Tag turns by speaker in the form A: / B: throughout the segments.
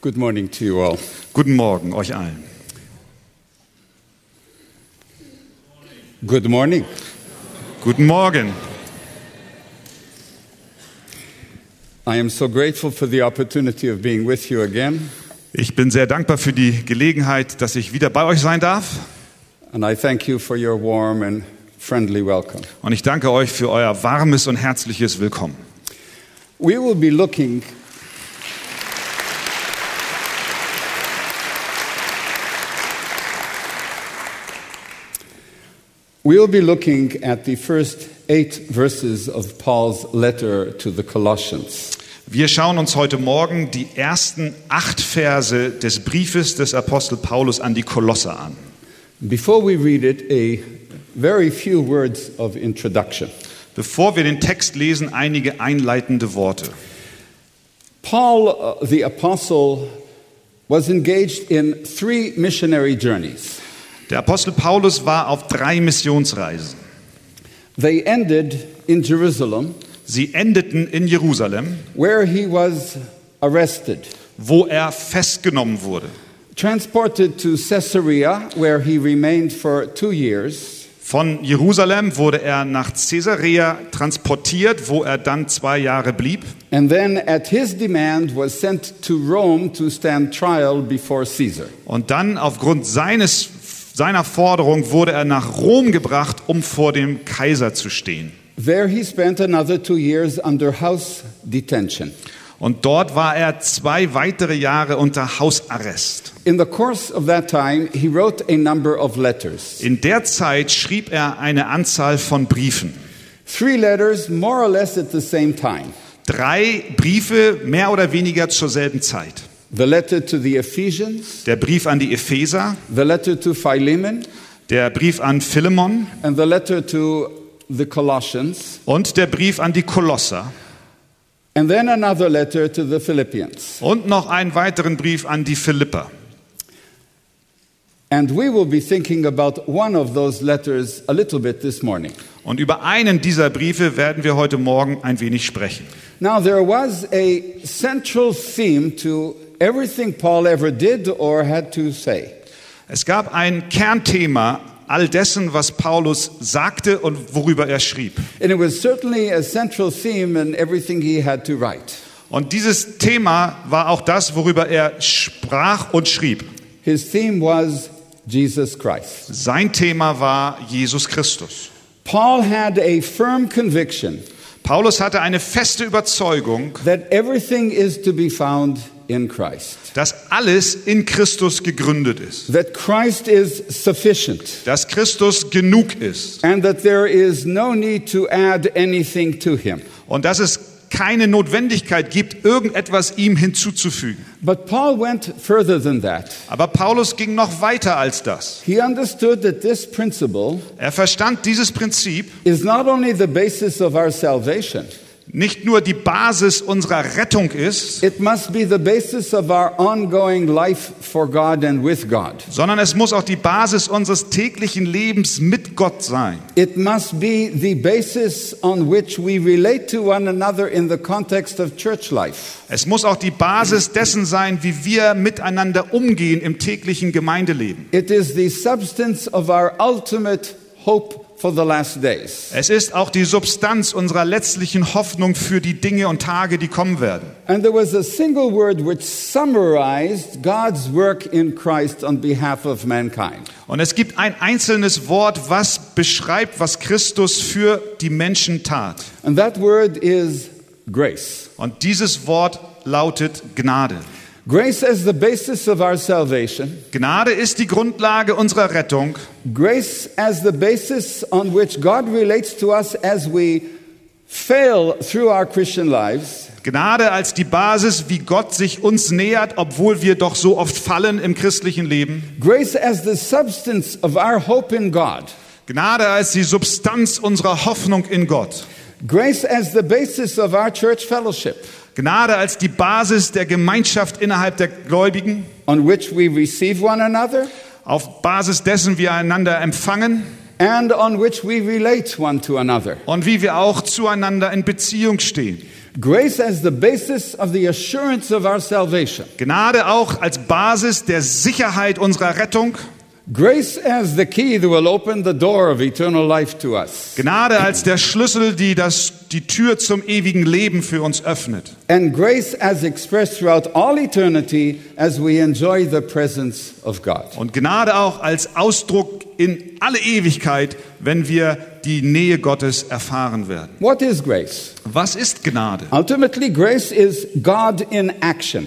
A: Good morning to you all.
B: Guten Morgen euch allen.
A: Good morning.
B: Guten Morgen.
A: I am so grateful for the opportunity of being with you again,
B: Ich bin sehr dankbar für die Gelegenheit, dass ich wieder bei euch sein darf.
A: and I thank you for your warm and friendly welcome.
B: Und ich danke euch für euer warmes und herzliches Willkommen.
A: We will be looking We will be looking at the first 8 verses of Paul's letter to the Colossians.
B: Wir schauen uns heute Morgen die ersten acht Verse des Briefes des Apostel Paulus an die Kolosser an.
A: Before we read it, a very few words of introduction.
B: Bevor wir den Text lesen, einige einleitende Worte.
A: Paul, uh, the apostle, was engaged in three missionary journeys.
B: Der Apostel Paulus war auf drei Missionsreisen.
A: They ended in Jerusalem,
B: Sie endeten in Jerusalem,
A: where he was arrested,
B: wo er festgenommen wurde,
A: transported to Caesarea, where he remained for two years,
B: Von Jerusalem wurde er nach Caesarea transportiert, wo er dann zwei Jahre blieb
A: and then, at his demand, was sent to Rome to stand trial before Caesar.
B: und dann aufgrund seines, seiner Forderung wurde er nach Rom gebracht, um vor dem Kaiser zu stehen.
A: There he spent another two years under house detention.
B: Und dort war er zwei weitere Jahre unter Hausarrest.
A: In the course of that time, he wrote a number of letters.
B: In der Zeit schrieb er eine Anzahl von Briefen.
A: Three letters, more or less at the same time.
B: Drei Briefe mehr oder weniger zur selben Zeit.
A: The letter to the Ephesians,
B: Der Brief an die Epheser,
A: the letter to Philemon,
B: der Brief an Philemon
A: and the letter to the Colossians,
B: und der Brief an die Kolosser.
A: and then another letter to the Philippians.
B: Und noch einen weiteren Brief an die Philipper.
A: And we will be thinking about one of those letters a little bit this morning.
B: Und über einen dieser Briefe werden wir heute Morgen ein wenig sprechen.
A: Now, there was a central theme to everything Paul ever did or had to say.
B: Es gab ein Kernthema all dessen, was Paulus sagte und worüber er schrieb.
A: And it was certainly a central theme in everything he had to write.
B: Und dieses Thema war auch das, worüber er sprach und schrieb.
A: His theme was Jesus Christ.
B: Sein Thema war Jesus Christus.
A: Paul had a firm conviction
B: Paulus hatte eine feste Überzeugung,
A: that everything is to be found in Christ,
B: dass alles in Christus gegründet ist,
A: that Christ is sufficient,
B: dass Christus genug ist
A: and that there is no need to add anything to him.
B: und dass es keine Notwendigkeit gibt, irgendetwas ihm hinzuzufügen.
A: But Paul went further than that.
B: Aber Paulus ging noch weiter als das.
A: He understood that this principle
B: Er verstand dieses Prinzip
A: is not only the basis of our salvation,
B: nicht nur die Basis unserer Rettung ist,
A: it must be the basis of our ongoing life for God and with God.
B: sondern es muss auch die Basis unseres täglichen Lebens mit Gott sein.
A: It must be the basis on which we relate to one another in the context of church life.
B: Es muss auch die Basis dessen sein, wie wir miteinander umgehen im täglichen Gemeindeleben.
A: It is the substance of our ultimate hope for the last days.
B: Es ist auch die Substanz unserer letztlichen Hoffnung für die Dinge und Tage, die kommen werden.
A: And there was a single word which summarized God's work in Christ on behalf of mankind.
B: Und es gibt ein einzelnes Wort, was beschreibt, was Christus für die Menschen tat.
A: And that word is grace.
B: Und dieses Wort lautet Gnade.
A: Grace as the basis of our salvation,
B: Gnade ist die Grundlage unserer Rettung.
A: grace as the basis on which God relates to us as we fail through our Christian lives.
B: Gnade als die Basis, wie Gott sich uns nähert, obwohl wir doch so oft fallen im christlichen Leben.
A: Grace as the substance of our hope in God.
B: Gnade als die Substanz unserer Hoffnung in Gott.
A: Grace as the basis of our church fellowship,
B: Gnade als die Basis der Gemeinschaft innerhalb der Gläubigen,
A: on which we receive one another
B: auf Basis dessen wir einander empfangen
A: and on which we relate one to another.
B: und wie wir auch zueinander in Beziehung stehen.
A: Grace as the basis of the assurance of our salvation.
B: Gnade auch als Basis der Sicherheit unserer Rettung.
A: Grace as the key that will open the door of eternal life to us.
B: Gnade als der Schlüssel, die das, die Tür zum ewigen Leben für uns öffnet.
A: And grace as expressed throughout all eternity as we enjoy the presence of God.
B: Und Gnade auch als Ausdruck in alle Ewigkeit, wenn wir die Nähe Gottes erfahren werden.
A: What is grace?
B: Was ist Gnade?
A: Ultimately, grace is God in action.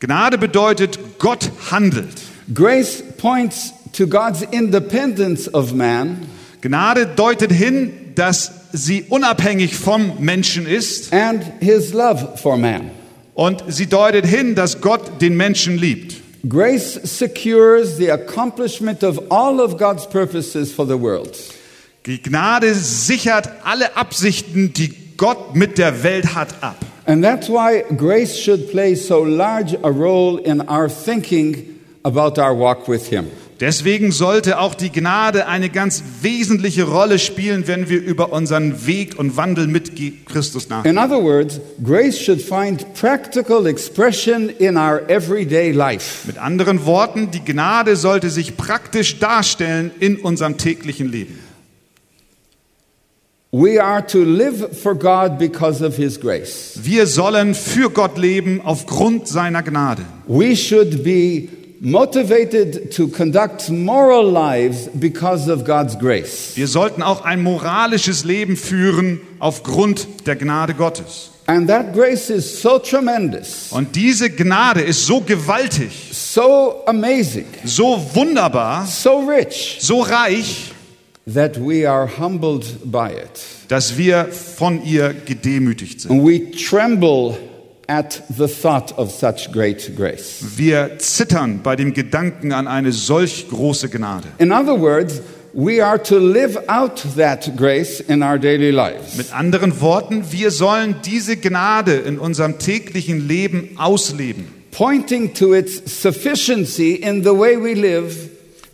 B: Gnade bedeutet, Gott handelt.
A: Grace points to God's independence of man
B: Gnade deutet hin, dass sie unabhängig vom Menschen ist
A: and his love for man.
B: und sie deutet hin, dass Gott den Menschen liebt.
A: Grace secures the accomplishment of all of God's purposes for the world.
B: Die Gnade sichert alle Absichten, die Gott mit der Welt hat, ab.
A: And that's why grace should play so large a role in our thinking about our walk with Him.
B: Deswegen sollte auch die Gnade eine ganz wesentliche Rolle spielen, wenn wir über unseren Weg und Wandel mit Ge- Christus nachdenken.
A: In other words, grace should find practical expression in our everyday life.
B: Mit anderen Worten, die Gnade sollte sich praktisch darstellen in unserem täglichen Leben.
A: We are to live for God because of His grace.
B: Wir sollen für Gott leben aufgrund seiner Gnade.
A: We should be motivated to conduct moral lives because of God's grace.
B: Wir sollten auch ein moralisches Leben führen aufgrund der Gnade Gottes.
A: And that grace is so tremendous,
B: Und diese Gnade ist so gewaltig,
A: so amazing,
B: so wunderbar,
A: so rich
B: so reich,
A: that we are humbled by it.
B: dass wir von ihr gedemütigt sind.
A: And we tremble at the thought of such great grace.
B: Wir zittern bei dem Gedanken an eine solch große Gnade.
A: In other words, we are to live out that grace in our daily lives.
B: Mit anderen Worten, wir sollen diese Gnade in unserem täglichen Leben ausleben.
A: Pointing to its sufficiency in the way we live,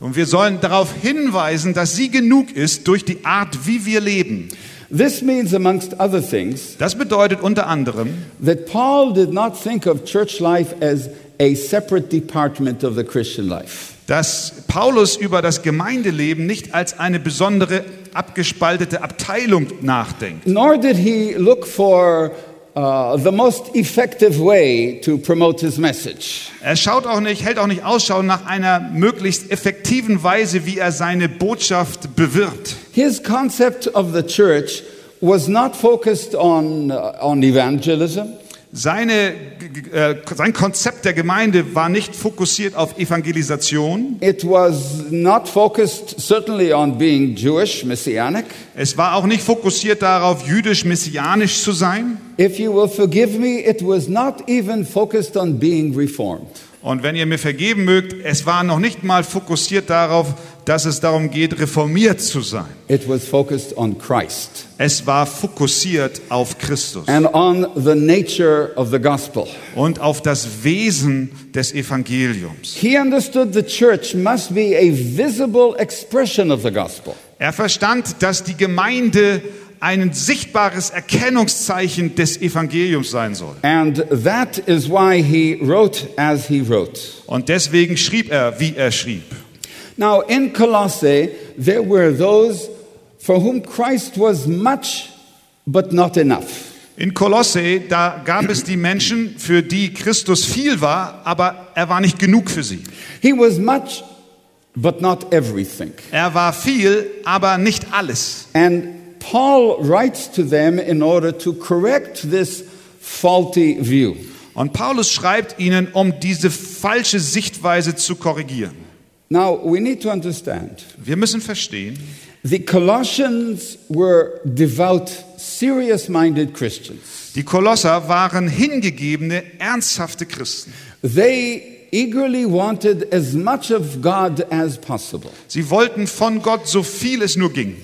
B: Und wir sollen darauf hinweisen, dass sie genug ist durch die Art, wie wir leben.
A: this means, amongst other things,
B: Das bedeutet unter anderem,
A: that Paul did not think of church life as a separate department of the Christian life.
B: dass Paulus über das Gemeindeleben nicht als eine besondere abgespaltete Abteilung nachdenkt.
A: Nor did he look for uh, the most effective way to promote his message.
B: Er schaut auch nicht, hält auch nicht Ausschau nach einer möglichst effektiven Weise, wie er seine Botschaft bewirbt.
A: His concept of the church was not focused on, uh, on evangelism,
B: Seine, äh, sein Konzept der Gemeinde war nicht fokussiert auf Evangelisation.
A: it was not focused certainly on being Jewish, messianic.
B: Es war auch nicht fokussiert darauf, jüdisch-messianisch zu sein.
A: If you will forgive me, it was not even focused on being reformed.
B: Und wenn ihr mir vergeben mögt, es war noch nicht mal fokussiert darauf, dass es darum geht, reformiert zu sein.
A: It was focused on Christ
B: Es war fokussiert auf Christus
A: and on the nature of the gospel.
B: und auf das Wesen des Evangeliums.
A: He understood the church must be a visible expression of the gospel.
B: Er verstand, dass die Gemeinde ein sichtbares Erkennungszeichen des Evangeliums sein soll.
A: And that is why he wrote as he wrote.
B: Und deswegen schrieb er, wie er schrieb.
A: Now, in Colossae, there were those for whom Christ was much, but not enough.
B: In Kolosse, da gab es die Menschen, für die Christus viel war, aber er war nicht genug für sie.
A: He was much, but not everything.
B: Er war viel, aber nicht alles.
A: And Paul writes to them in order to correct this faulty view.
B: Und Paulus schreibt ihnen, um diese falsche Sichtweise zu korrigieren.
A: Now, we need to understand
B: Wir müssen verstehen,
A: the Colossians were devout, serious minded Christians.
B: die Kolosser waren hingegebene, ernsthafte Christen.
A: They eagerly wanted as much of God as possible.
B: Sie wollten von Gott so viel es nur ging.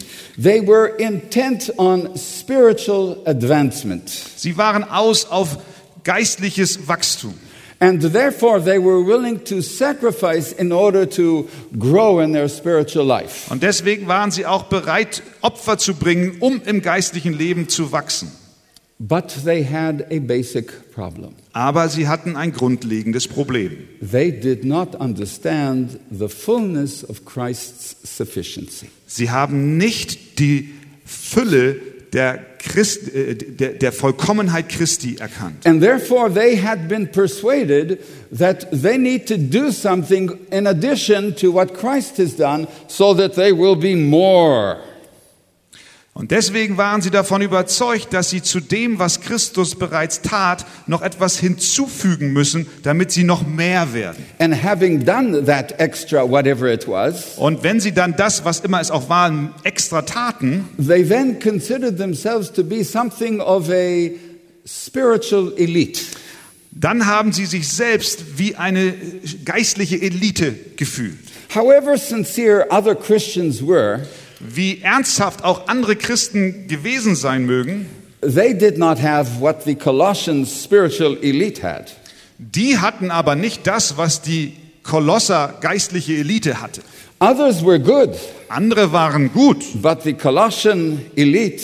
A: They were intent on spiritual advancement,
B: Sie waren aus auf geistliches Wachstum.
A: and therefore they were willing to sacrifice in order to grow in their spiritual life.
B: Und deswegen waren sie auch bereit, Opfer zu bringen, um im geistlichen Leben zu wachsen.
A: But they had a basic problem.
B: Aber sie hatten ein grundlegendes Problem.
A: They did not understand the fullness of Christ's sufficiency.
B: Sie haben nicht die Fülle der, Christ, äh, der, der Vollkommenheit Christi erkannt.
A: And therefore, they had been persuaded that they need to do something in addition to what Christ has done so that they will be more.
B: Und deswegen waren sie davon überzeugt, dass sie zu dem, was Christus bereits tat, noch etwas hinzufügen müssen, damit sie noch mehr werden.
A: And having done that extra, whatever it was,
B: Und wenn sie dann das, was immer es auch war, extra taten,
A: they then considered themselves to be something of a spiritual elite.
B: dann haben sie sich selbst wie eine geistliche Elite gefühlt.
A: However sincere other Christians were,
B: Wie ernsthaft auch andere Christen gewesen sein mögen,
A: they did not have what the Colossians spiritual elite had.
B: die hatten aber nicht das, was die Kolosser geistliche Elite hatte.
A: Others were good,
B: Andere waren gut,
A: but the Colossian elite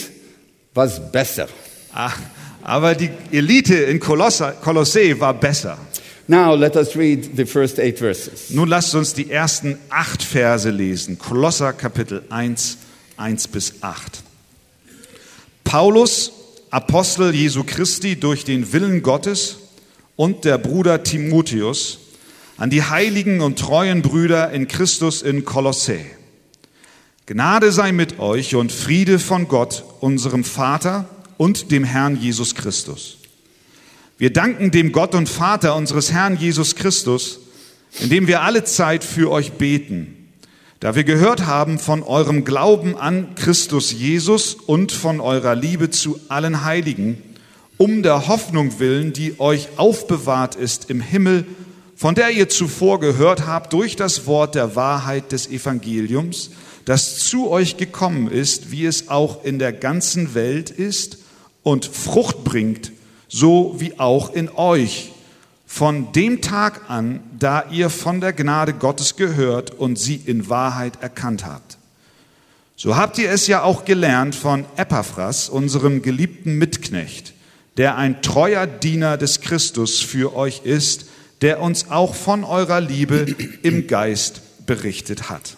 A: was better.
B: Ah, aber die Elite in Kolosser, Kolossee war besser.
A: Now let us read the first eight verses.
B: Nun lasst uns die ersten acht Verse lesen. Kolosser Kapitel 1, 1 bis 8. Paulus, Apostel Jesu Christi durch den Willen Gottes und der Bruder Timotheus an die heiligen und treuen Brüder in Christus in Kolossä. Gnade sei mit euch und Friede von Gott, unserem Vater und dem Herrn Jesus Christus. Wir danken dem Gott und Vater unseres Herrn Jesus Christus, indem wir alle Zeit für euch beten, da wir gehört haben von eurem Glauben an Christus Jesus und von eurer Liebe zu allen Heiligen, um der Hoffnung willen, die euch aufbewahrt ist im Himmel, von der ihr zuvor gehört habt durch das Wort der Wahrheit des Evangeliums, das zu euch gekommen ist, wie es auch in der ganzen Welt ist und Frucht bringt, so wie auch in euch. Von dem Tag an, da ihr von der Gnade Gottes gehört und sie in Wahrheit erkannt habt. So habt ihr es ja auch gelernt von Epaphras, unserem geliebten Mitknecht, der ein treuer Diener des Christus für euch ist, der uns auch von eurer Liebe im Geist berichtet hat.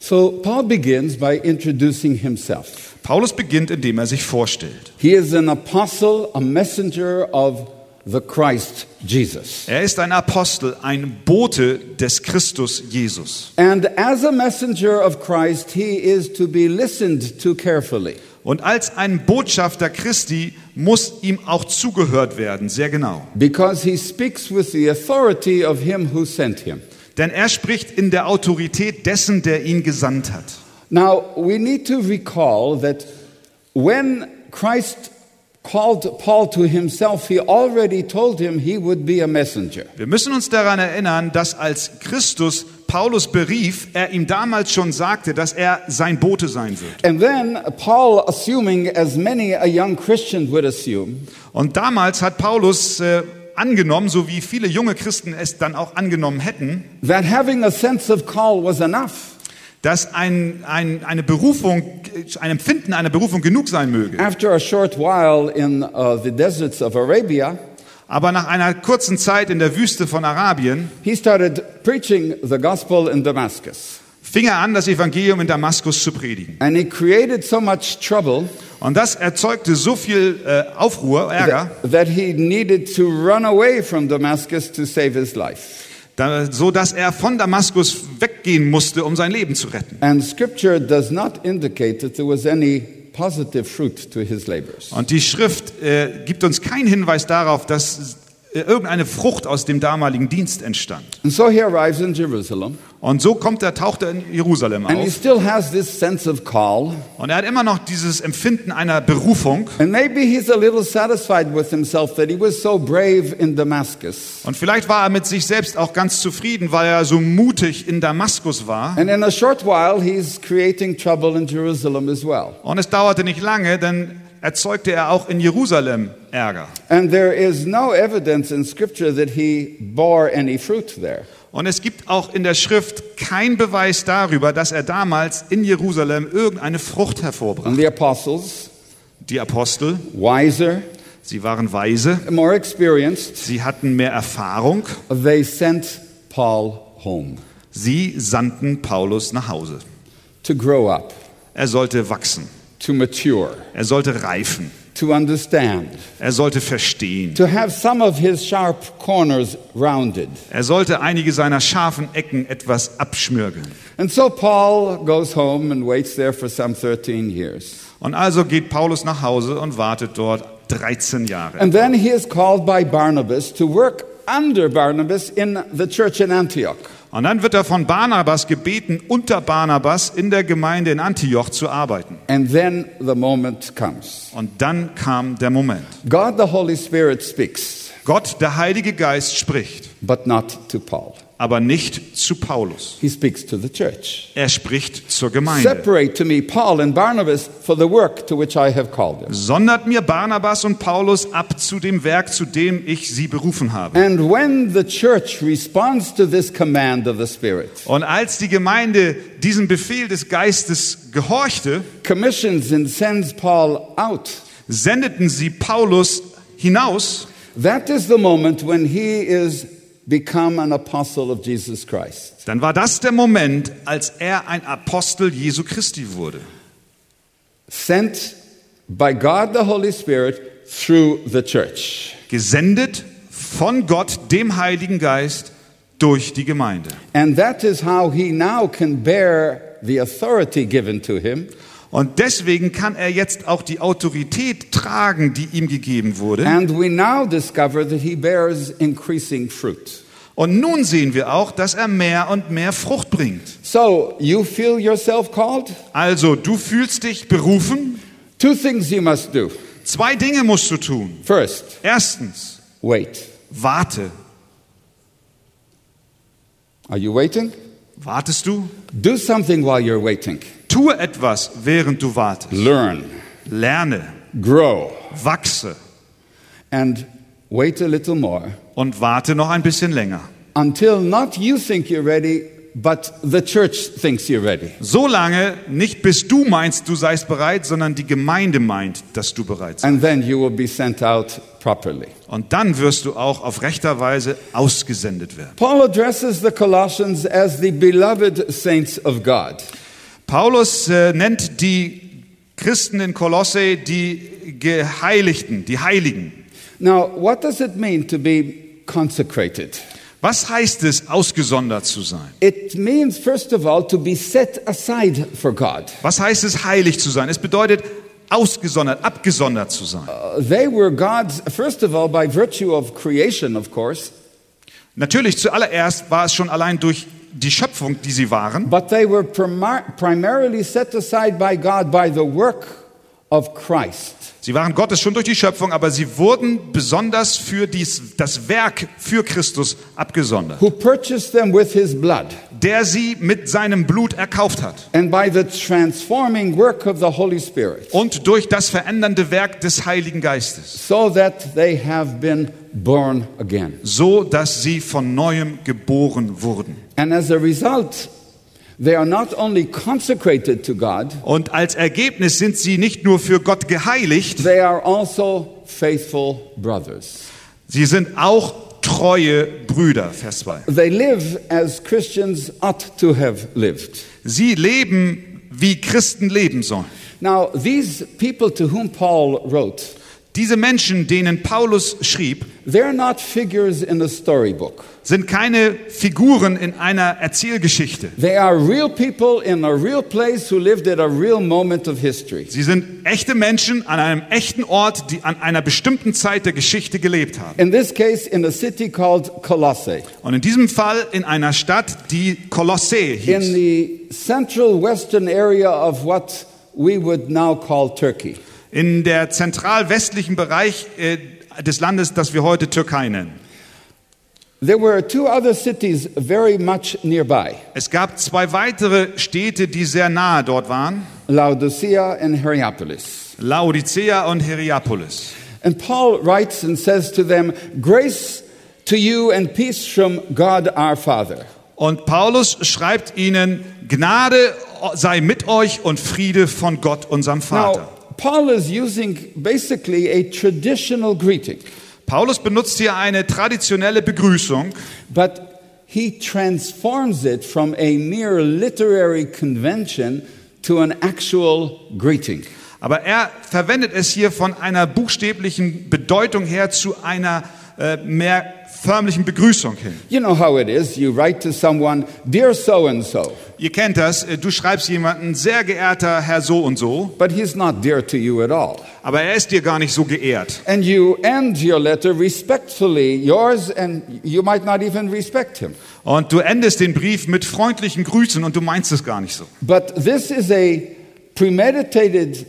A: So Paul begins by introducing himself.
B: Paulus beginnt, indem er sich vorstellt.
A: He is an apostle, a messenger of the Christ Jesus.
B: Er ist ein Apostel, ein Bote des Christus Jesus.
A: And as a messenger of Christ, he is to be listened to carefully.
B: Und als ein Botschafter Christi muss ihm auch zugehört werden, sehr genau.
A: Because he speaks with the authority of him who sent him.
B: Denn er spricht in der Autorität dessen, der ihn gesandt hat.
A: Now, we need to recall that when Christ called Paul to himself, he already told him he would be a messenger.
B: Wir müssen uns daran erinnern, dass als Christus Paulus berief, er ihm damals schon sagte, dass er sein Bote sein wird.
A: And then Paul, assuming as many a young Christian would assume,
B: Und damals hat Paulus äh, angenommen, so wie viele junge Christen es dann auch angenommen hätten,
A: that having a sense of call was enough.
B: dass ein, ein, eine Berufung, ein Empfinden einer Berufung genug sein möge.
A: After a short while in uh, the deserts of Arabia,
B: Aber nach einer kurzen Zeit in der Wüste von Arabien
A: he started preaching the gospel in Damascus.
B: fing er an, das Evangelium in Damaskus zu predigen.
A: And he created so much trouble
B: Und das erzeugte so viel äh, Aufruhr, Ärger,
A: that, that he needed to run away from Damascus to save his life.
B: da, so dass er von Damaskus weggehen musste, um sein Leben zu retten.
A: And scripture does not indicate that there was any positive fruit to his labors.
B: Und die Schrift äh, gibt uns keinen Hinweis darauf, dass äh, irgendeine Frucht aus dem damaligen Dienst entstand.
A: And so he arrives in Jerusalem,
B: Und so kommt er, taucht er in Jerusalem
A: and he
B: auf.
A: still has this sense of call.
B: Und er hat immer noch dieses Empfinden einer Berufung.
A: And maybe he's a little satisfied with himself that he was so brave in Damascus.
B: Und vielleicht war er mit sich selbst auch ganz zufrieden, weil er so mutig in Damaskus war.
A: And in a short while, he's creating trouble in Jerusalem as well.
B: Und es dauerte nicht lange, denn erzeugte er auch in Jerusalem Ärger.
A: And there is no evidence in scripture that he bore any fruit there.
B: Und es gibt auch in der Schrift keinen Beweis darüber, dass er damals in Jerusalem irgendeine Frucht hervorbrachte.
A: And the apostles,
B: die Apostel.
A: wiser,
B: Sie waren weise,
A: more experienced.
B: sie hatten mehr Erfahrung.
A: They sent Paul home
B: Sie sandten Paulus nach Hause.
A: to grow up,
B: Er sollte wachsen,
A: to mature,
B: er sollte reifen,
A: to understand,
B: er sollte verstehen,
A: to have some of his sharp corners rounded.
B: er sollte einige seiner scharfen Ecken etwas abschmürgeln.
A: And so Paul goes home and waits there for some 13 years.
B: Und also geht Paulus nach Hause und wartet dort 13 Jahre.
A: And then he is called by Barnabas to work under Barnabas in the church in Antioch.
B: Und dann wird er von Barnabas gebeten, unter Barnabas in der Gemeinde in Antioch zu arbeiten.
A: And then the moment comes.
B: Und dann kam der Moment.
A: God the Holy Spirit speaks,
B: Gott, der Heilige Geist, spricht,
A: but not to Paul.
B: aber nicht zu Paulus.
A: He speaks to the church.
B: Er spricht zur Gemeinde.
A: Separate to me Paul and Barnabas for the work to which I have called them.
B: Sondert mir Barnabas und Paulus ab zu dem Werk, zu dem ich sie berufen habe.
A: And when the church responds to this command of the Spirit,
B: Und als die Gemeinde diesem Befehl des Geistes gehorchte,
A: commissions and sends Paul out,
B: sendeten sie Paulus hinaus.
A: that is the moment when he is become an apostle of Jesus Christ.
B: Dann war das der Moment, als er ein Apostel Jesu Christi wurde.
A: Sent by God the Holy Spirit through the church.
B: Gesendet von Gott, dem Heiligen Geist, durch die Gemeinde.
A: And that is how he now can bear the authority given to him
B: Und deswegen kann er jetzt auch die Autorität tragen, die ihm gegeben wurde.
A: And we now discover that he bears increasing fruit.
B: Und nun sehen wir auch, dass er mehr und mehr Frucht bringt.
A: So, you feel yourself called?
B: Also, du fühlst dich berufen.
A: Two things you must do.
B: Zwei Dinge musst du tun.
A: First,
B: Erstens,
A: wait.
B: warte.
A: Are you waiting?
B: Wartest du?
A: Do something while you're waiting.
B: Tue etwas, während du wartest.
A: Learn,
B: Lerne,
A: grow,
B: wachse
A: and wait a little more
B: und warte noch ein bisschen länger.
A: until not you think you're ready, but the church thinks you're ready.
B: So lange, nicht bis du meinst, du seist bereit, sondern die Gemeinde meint, dass du bereit seist.
A: And then you will be sent out properly.
B: Und dann wirst du auch auf rechter Weise ausgesendet werden.
A: Paul addresses the Colossians as the beloved saints of God.
B: Paulus äh, nennt die Christen in Kolosse die Geheiligten, die Heiligen.
A: Now, what does it mean to be consecrated?
B: Was heißt es, ausgesondert zu sein?
A: It means, first of all, to be set aside for God.
B: Was heißt es, heilig zu sein? Es bedeutet, ausgesondert, abgesondert zu sein.
A: Uh, they were God's, first of all, by virtue of creation, of course,
B: Natürlich, zuallererst war es schon allein durch die Schöpfung, die sie waren,
A: but they were primar- primarily set aside by God by the work of Christ.
B: sie waren Gottes schon durch die Schöpfung, aber sie wurden besonders für dies, das Werk für Christus abgesondert,
A: Who purchased them with his blood,
B: der sie mit seinem Blut erkauft hat.
A: and by the transforming work of the Holy Spirit,
B: Und durch das verändernde Werk des Heiligen Geistes,
A: so that they have been born again.
B: so dass sie von neuem geboren wurden.
A: And as a result, they are not only consecrated to God,
B: Und als Ergebnis sind sie nicht nur für Gott geheiligt,
A: They are also faithful brothers.
B: Sie sind auch treue Brüder, Vers 2.
A: They live as Christians ought to have lived.
B: Sie leben, wie Christen leben sollen.
A: Now, these people to whom Paul wrote,
B: Diese Menschen, denen Paulus schrieb,
A: they're not figures in a storybook.
B: sind keine Figuren in einer Erzählgeschichte.
A: They are real people in a real place who lived at a real moment of history.
B: Sie sind echte Menschen an einem echten Ort, die an einer bestimmten Zeit der Geschichte gelebt haben.
A: In this case, in a city called Colossae,
B: Und in diesem Fall in einer Stadt, die Kolossee
A: in
B: hieß,
A: the central western area of what we would now call Turkey.
B: in der zentral-westlichen Bereich äh, des Landes, das wir heute Türkei nennen.
A: There were two other cities very much nearby
B: Es gab zwei weitere Städte, die sehr nahe dort waren.
A: Laodicea and Hierapolis.
B: Laodicea und Hierapolis.
A: And Paul writes and says to them, Grace to you and peace from God our Father.
B: Und Paulus schreibt ihnen, Gnade sei mit euch und Friede von Gott, unserem
A: Now,
B: Vater.
A: Paul is using basically a traditional greeting,
B: Paulus benutzt hier eine traditionelle Begrüßung,
A: but he transforms it from a mere literary convention to an actual greeting.
B: aber er verwendet es hier von einer buchstäblichen Bedeutung her zu einer äh, mehr förmlichen Begrüßung hin.
A: You know how it is. You write to someone, Dear so and so,
B: Ihr kennt das, äh, du schreibst jemanden, sehr geehrter Herr so und so,
A: but he's not dear to you at all.
B: aber er ist dir gar nicht so geehrt.
A: And you end your letter respectfully, yours, and you might not even respect him.
B: Und du endest den Brief mit freundlichen Grüßen und du meinst es gar nicht so.
A: But this is a premeditated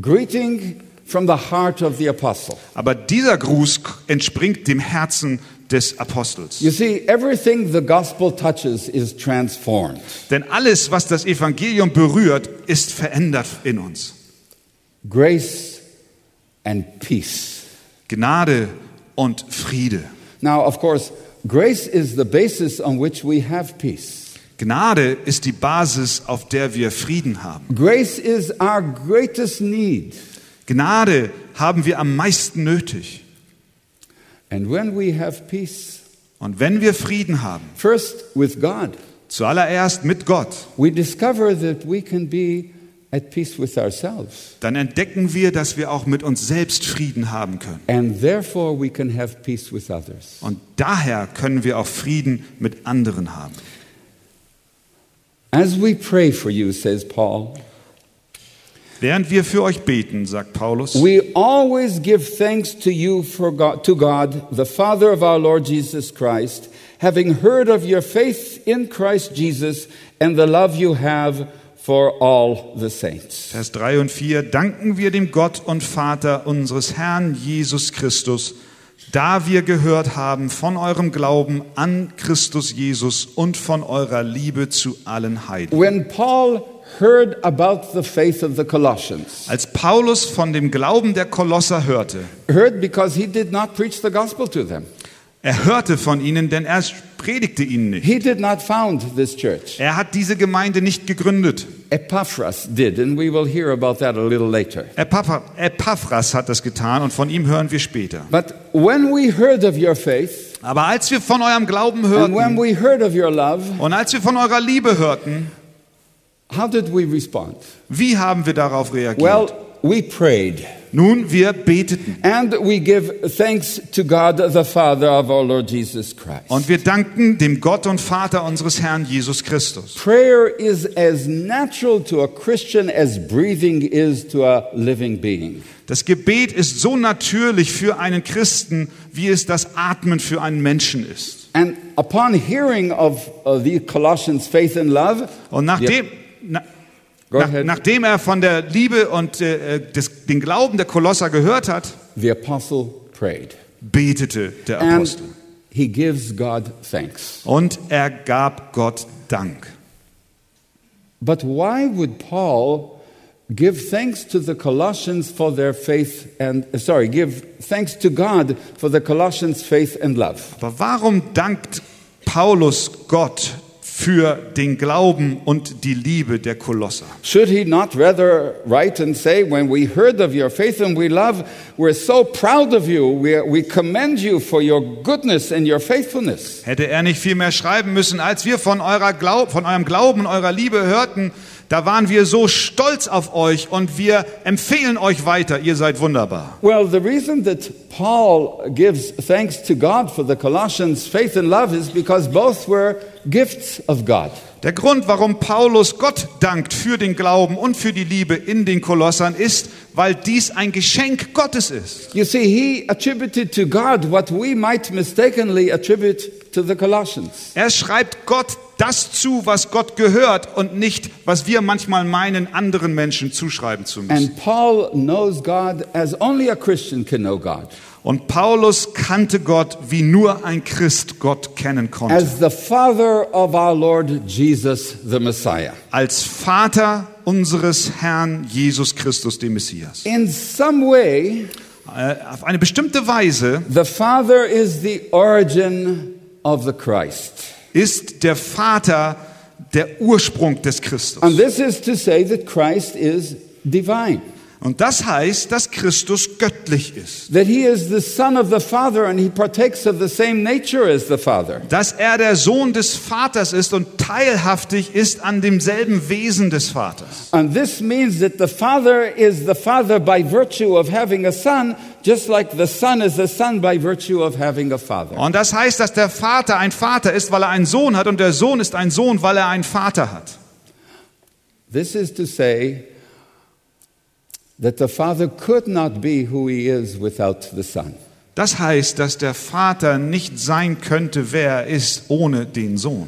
A: greeting from the heart of the apostle.
B: Aber dieser Gruß entspringt dem Herzen des Apostels.
A: You see, everything the gospel touches is transformed.
B: Denn alles, was das Evangelium berührt, ist verändert in uns.
A: Grace and peace.
B: Gnade und Friede.
A: Now, of course, grace is the basis on which we have peace.
B: Gnade ist die Basis, auf der wir Frieden haben.
A: Grace is our greatest need.
B: Gnade haben wir am meisten nötig.
A: And when we have peace,
B: Und wenn wir Frieden haben,
A: first with God,
B: zuallererst mit Gott,
A: we discover that we can be at peace with ourselves.
B: dann entdecken wir, dass wir auch mit uns selbst Frieden haben können.
A: And therefore, we can have peace with others.
B: Und daher können wir auch Frieden mit anderen haben.
A: As we pray for you, says Paul,
B: Während wir für euch beten, sagt Paulus,
A: we always give thanks to you for God, to God, the Father of our Lord Jesus Christ, having heard of your faith in Christ Jesus and the love you have for all the saints.
B: Vers 3 und 4, danken wir dem Gott und Vater unseres Herrn Jesus Christus, da wir gehört haben von eurem Glauben an Christus Jesus und von eurer Liebe zu allen Heiden.
A: When Paul heard about the faith of the Colossians,
B: Als Paulus von dem Glauben der Kolosser hörte,
A: heard because he did not preach the gospel to them,
B: er hörte von ihnen, denn er predigte ihnen nicht.
A: he did not found this church.
B: Er hat diese Gemeinde nicht gegründet.
A: Epaphras did, and we will hear about that a little later.
B: Epapha- Epaphras hat das getan und von ihm hören wir später.
A: But when we heard of your faith,
B: Aber als wir von eurem Glauben
A: And when
B: hörten
A: we heard of your love,
B: und als wir von eurer Liebe hörten,
A: how did we respond?
B: wie haben wir darauf reagiert?
A: Well, we prayed.
B: Nun, wir beteten
A: And we give thanks to God the Father of our Lord Jesus Christ.
B: und wir danken dem Gott und Vater unseres Herrn Jesus Christus.
A: Prayer is as natural to a Christian as breathing is to a living being.
B: Das Gebet ist so natürlich für einen Christen, wie es das Atmen für einen Menschen ist.
A: And upon hearing of uh, the Colossians' faith and love,
B: Und nachdem, na,
A: Go
B: nach,
A: ahead.
B: nachdem er von der Liebe und äh, des, den Glauben der Kolosser gehört hat,
A: the apostle prayed.
B: betete der
A: Ähm.
B: Apostel.
A: And he gives God thanks.
B: Und er gab Gott Dank.
A: But why would Paul give thanks to the Colossians for their faith and, uh, sorry, give thanks to God for the Colossians' faith and love?
B: Aber warum dankt Paulus Gott für den Glauben und die Liebe der Kolosser?
A: Should he not rather write and say, When we heard of your faith and we love, we're so proud of you, we, we commend you for your goodness and your faithfulness?
B: Hätte er nicht viel mehr schreiben müssen, als wir von, eurer Glaub, von eurem Glauben und eurer Liebe hörten, da waren wir so stolz auf euch und wir empfehlen euch weiter, ihr seid wunderbar.
A: Well, the reason that Paul gives thanks to God for the Colossians' faith and love is because both were gifts of God.
B: Der Grund, warum Paulus Gott dankt für den Glauben und für die Liebe in den Kolossern, ist, weil dies ein Geschenk Gottes ist.
A: You see, he attributed to God what we might mistakenly attribute to the Colossians.
B: Er schreibt Gott das zu, was Gott gehört und nicht, was wir manchmal meinen, anderen Menschen zuschreiben zu müssen.
A: And Paul knows God as only a Christian can know God,
B: Und Paulus kannte Gott, wie nur ein Christ Gott kennen konnte.
A: as the Father of our Lord Jesus the Messiah.
B: als Vater unseres Herrn Jesus Christus, dem Messias.
A: In some way,
B: Äh, Auf eine bestimmte Weise
A: the Father is the origin of the Christ.
B: ist der Vater der Ursprung des Christus.
A: And this is to say that Christ is divine.
B: Und das heißt, dass Christus göttlich ist,
A: that he is the Son of the Father and he partakes of the same nature as the Father.
B: dass er der Sohn des Vaters ist und teilhaftig ist an demselben Wesen des Vaters.
A: And this means that the Father is the Father by virtue of having a Son, just like the Son is a Son by virtue of having a Father.
B: Und das heißt, dass der Vater ein Vater ist, weil er einen Sohn hat und der Sohn ist ein Sohn, weil er einen Vater hat.
A: This is to say that the Father could not be who he is without the Son.
B: Das heißt, dass der Vater nicht sein könnte, wer er ist, ohne den Sohn.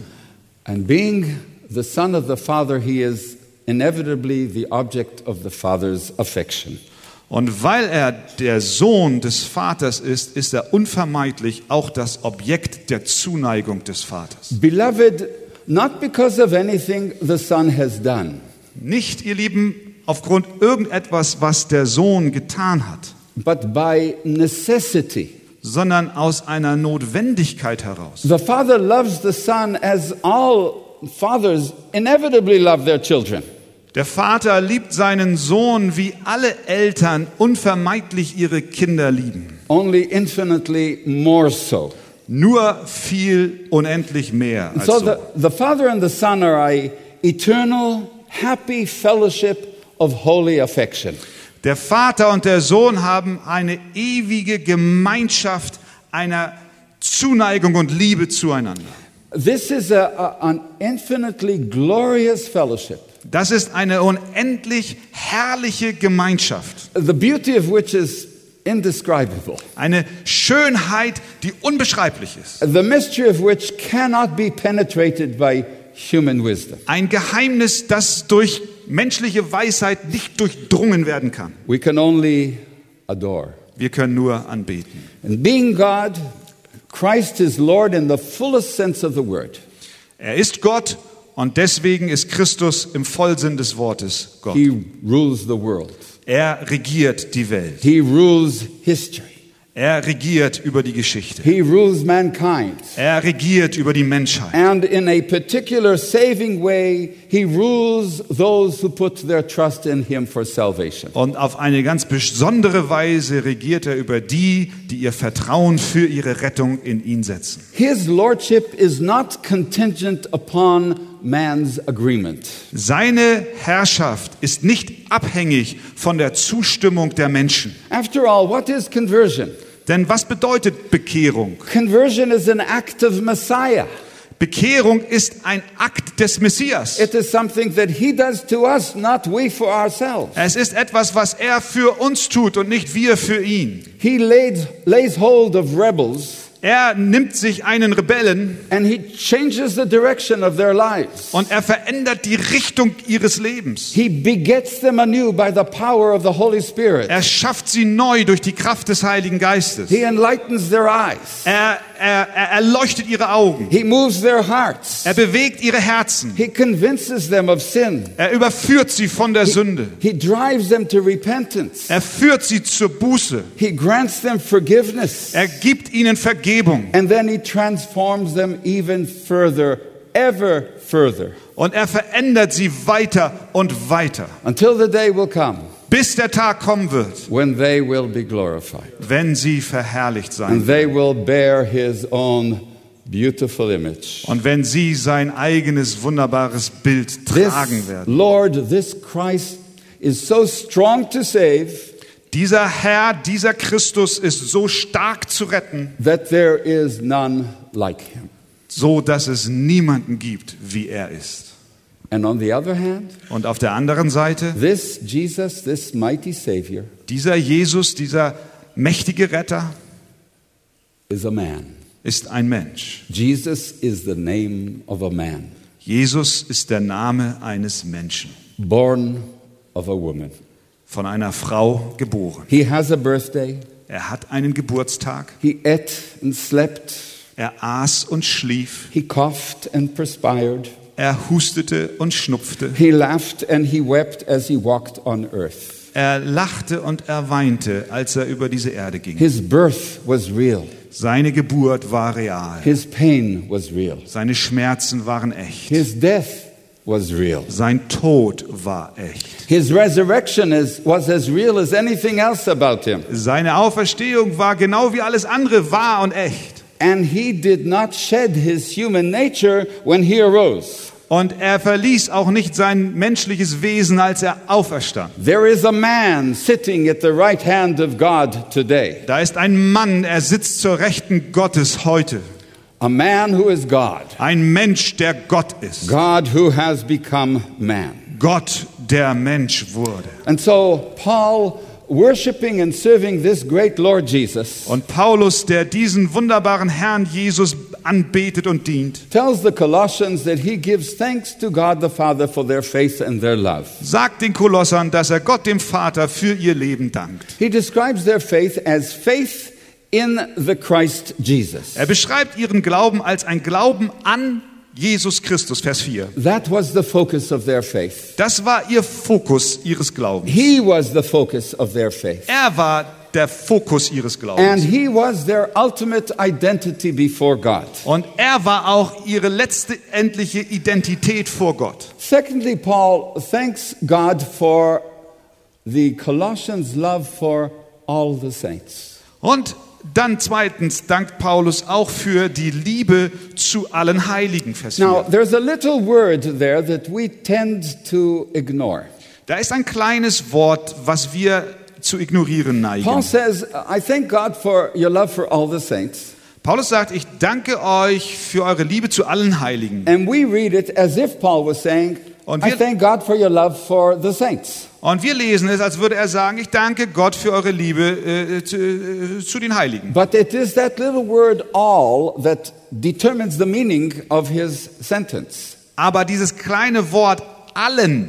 A: And being the Son of the Father, he is inevitably the object of the Father's affection.
B: Und weil er der Sohn des Vaters ist, ist er unvermeidlich auch das Objekt der Zuneigung des Vaters.
A: Beloved, not because of anything the Son has done,
B: Nicht, ihr Lieben, aufgrund irgendetwas, was der Sohn getan hat,
A: but by necessity.
B: sondern aus einer Notwendigkeit heraus.
A: The Father loves the Son as all fathers inevitably love their children.
B: Der Vater liebt seinen Sohn, wie alle Eltern unvermeidlich ihre Kinder lieben.
A: Only infinitely more so.
B: Nur viel unendlich mehr als
A: so
B: so.
A: the, the Father and the Son are a eternal, happy fellowship of holy affection.
B: Der Vater und der Sohn haben eine ewige Gemeinschaft einer Zuneigung und Liebe zueinander.
A: This is a, a- an infinitely glorious fellowship,
B: Das ist eine unendlich herrliche Gemeinschaft.
A: the beauty of which is indescribable,
B: Eine Schönheit, die unbeschreiblich ist.
A: the mystery of which cannot be penetrated by human wisdom.
B: Ein Geheimnis, das durch menschliche Weisheit nicht durchdrungen werden kann.
A: We can only adore.
B: Wir können nur anbeten.
A: And being God, Christ is Lord in the fullest sense of the word.
B: Er ist Gott und deswegen ist Christus im Vollsinn des Wortes Gott.
A: He rules the world,
B: Er regiert die Welt.
A: He rules history,
B: Er regiert über die Geschichte.
A: He rules mankind.
B: Er regiert über die Menschheit.
A: And in a particular saving way, he rules those who put their trust in him for salvation.
B: Und auf eine ganz besondere Weise regiert er über die, die ihr Vertrauen für ihre Rettung in ihn setzen.
A: His lordship is not contingent upon man's agreement.
B: Seine Herrschaft ist nicht abhängig von der Zustimmung der Menschen.
A: After all, what is conversion?
B: Denn was bedeutet Bekehrung?
A: Conversion is an act of Messiah.
B: Bekehrung ist ein Akt des Messias.
A: It is something that he does to us, not we for ourselves.
B: Es ist etwas, was er für uns tut und nicht wir für ihn.
A: He lays, lays hold of rebels
B: Er nimmt sich einen Rebellen
A: and he changes the direction of their lives.
B: und er verändert die Richtung ihres Lebens.
A: He begets them anew by the power of the Holy Spirit.
B: Er schafft sie neu durch die Kraft des Heiligen Geistes.
A: He enlightens their eyes.
B: Er, er, er erleuchtet ihre Augen.
A: He moves their hearts.
B: Er bewegt ihre Herzen.
A: He convinces them of sin.
B: Er überführt sie von der Sünde.
A: He drives them to repentance.
B: Er führt sie zur Buße.
A: He grants them forgiveness.
B: Er gibt ihnen Vergebung.
A: And then he transforms them even further, ever further,
B: Und er verändert sie weiter und weiter.
A: until the day will come
B: Bis der Tag kommen wird,
A: when they will be glorified
B: wenn sie verherrlicht
A: and
B: sein.
A: they will bear his own beautiful image.
B: Und wenn sie sein eigenes wunderbares Bild tragen
A: This
B: werden.
A: Lord, this Christ is so strong to save
B: Dieser Herr, dieser Christus ist so stark zu retten,
A: that there is none like him.
B: so dass es niemanden gibt, wie er ist.
A: And on the other hand,
B: Und auf der anderen Seite
A: This Jesus, this mighty Savior,
B: Dieser Jesus, dieser mächtige Retter
A: is a man.
B: ist ein Mensch.
A: Jesus is the name of a man,
B: Jesus ist der Name eines Menschen,
A: born of a woman.
B: von einer Frau geboren.
A: He has a birthday.
B: Er hat einen Geburtstag,
A: He ate and slept.
B: er aß und schlief,
A: He coughed and perspired.
B: er hustete und schnupfte,
A: He laughed and he wept as he walked on earth.
B: er lachte und er weinte, als er über diese Erde ging.
A: His birth was real.
B: Seine Geburt war real,
A: His pain was real.
B: seine Schmerzen waren echt,
A: His death was real.
B: Sein Tod war echt.
A: His resurrection is, was as real as anything else about him.
B: Seine Auferstehung war genau wie alles andere wahr und echt.
A: And he did not shed his human nature when he arose.
B: Und er verließ auch nicht sein menschliches Wesen, als er auferstand.
A: There is a man sitting at the right hand of God today,
B: Da ist ein Mann, er sitzt zur Rechten Gottes heute.
A: a man who is God,
B: Ein Mensch, der Gott ist.
A: God who has become man.
B: Gott, der Mensch wurde.
A: And so, Paul, worshiping and serving this great Lord Jesus,
B: Und Paulus, der diesen wunderbaren Herrn Jesus anbetet und dient,
A: tells the Colossians that he gives thanks to God the Father for their faith and their love.
B: sagt den Kolossern, dass er Gott dem Vater für ihr Leben dankt.
A: He describes their faith as faith in the Christ Jesus.
B: Er beschreibt ihren Glauben als ein Glauben an Jesus Christus, Vers 4.
A: That was the focus of their faith.
B: Das war ihr Fokus ihres Glaubens.
A: He was the focus of their faith.
B: Er war der Fokus ihres
A: And
B: Glaubens.
A: he was their ultimate identity before God.
B: Und er war auch ihre letzte endliche Identität vor Gott.
A: Secondly, Paul thanks God for the Colossians' love for all the saints.
B: Und dann zweitens dankt Paulus auch für die Liebe zu allen Heiligen, Vers 4.
A: Now, there's a little word there that we tend to ignore.
B: Da ist ein kleines Wort, was wir zu ignorieren
A: Paul
B: neigen.
A: says, I thank God for your love for all the saints.
B: Paulus sagt, ich danke euch für eure Liebe zu allen Heiligen.
A: And we read it as if Paul was saying,
B: Und
A: I
B: wir-
A: thank God for your love for the saints.
B: Und wir lesen es, als würde er sagen, ich danke Gott für eure Liebe äh, zu, äh, zu den Heiligen.
A: But it is that little word all that determines the meaning of his sentence.
B: Aber dieses kleine Wort allen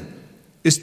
B: ist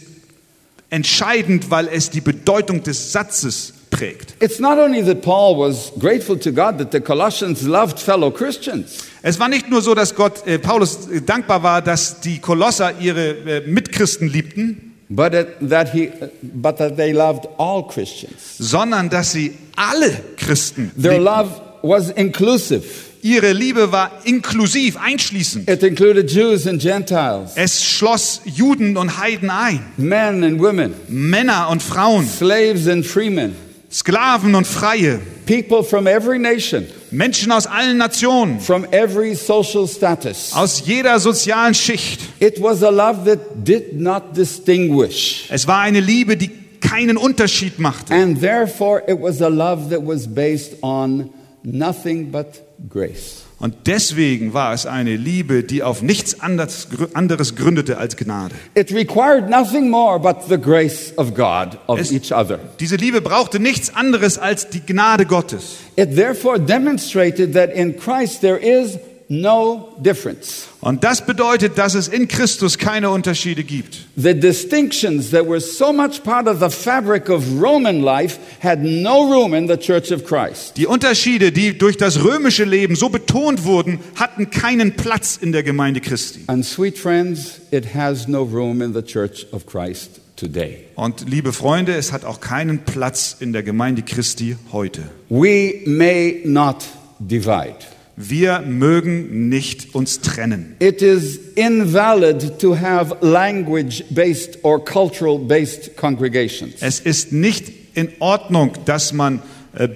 B: entscheidend, weil es die Bedeutung des Satzes prägt.
A: It's not only that Paul was grateful to God that the Colossians loved fellow Christians,
B: Es war nicht nur so, dass Gott äh, Paulus äh, dankbar war, dass die Kolosser ihre äh, Mitchristen liebten,
A: but it- that, he, but that they loved all Christians.
B: sondern dass sie alle Christen
A: Their
B: liebten.
A: love was inclusive,
B: Ihre Liebe war inklusiv, einschließend.
A: it included Jews and Gentiles,
B: Es schloss Juden und Heiden ein,
A: men and women,
B: Männer und Frauen,
A: slaves and freemen,
B: Sklaven und Freie,
A: people from every nation,
B: Menschen aus allen Nationen,
A: from every social status.
B: aus jeder sozialen Schicht.
A: It was a love that did not distinguish.
B: Es war eine Liebe, die keinen Unterschied machte.
A: And therefore, it was a love that was based on nothing but grace.
B: Und deswegen war es eine Liebe, die auf nichts anders- anderes gründete als Gnade.
A: It required nothing more but the grace of God of
B: Es-
A: each other.
B: Diese Liebe brauchte nichts anderes als die Gnade Gottes.
A: It therefore demonstrated that in Christ there is no difference.
B: Und das bedeutet, dass es in Christus keine Unterschiede gibt.
A: The distinctions that were so much part of the fabric of Roman life had no room in the church of Christ.
B: Die Unterschiede, die durch das römische Leben so betont wurden, hatten keinen Platz in der Gemeinde Christi.
A: And sweet friends, it has no room in the church of Christ today.
B: Und liebe Freunde, es hat auch keinen Platz in der Gemeinde Christi heute.
A: We may not divide.
B: Wir mögen nicht uns trennen.
A: It is invalid to have language based or cultural based congregations.
B: Es ist nicht in Ordnung, dass man äh,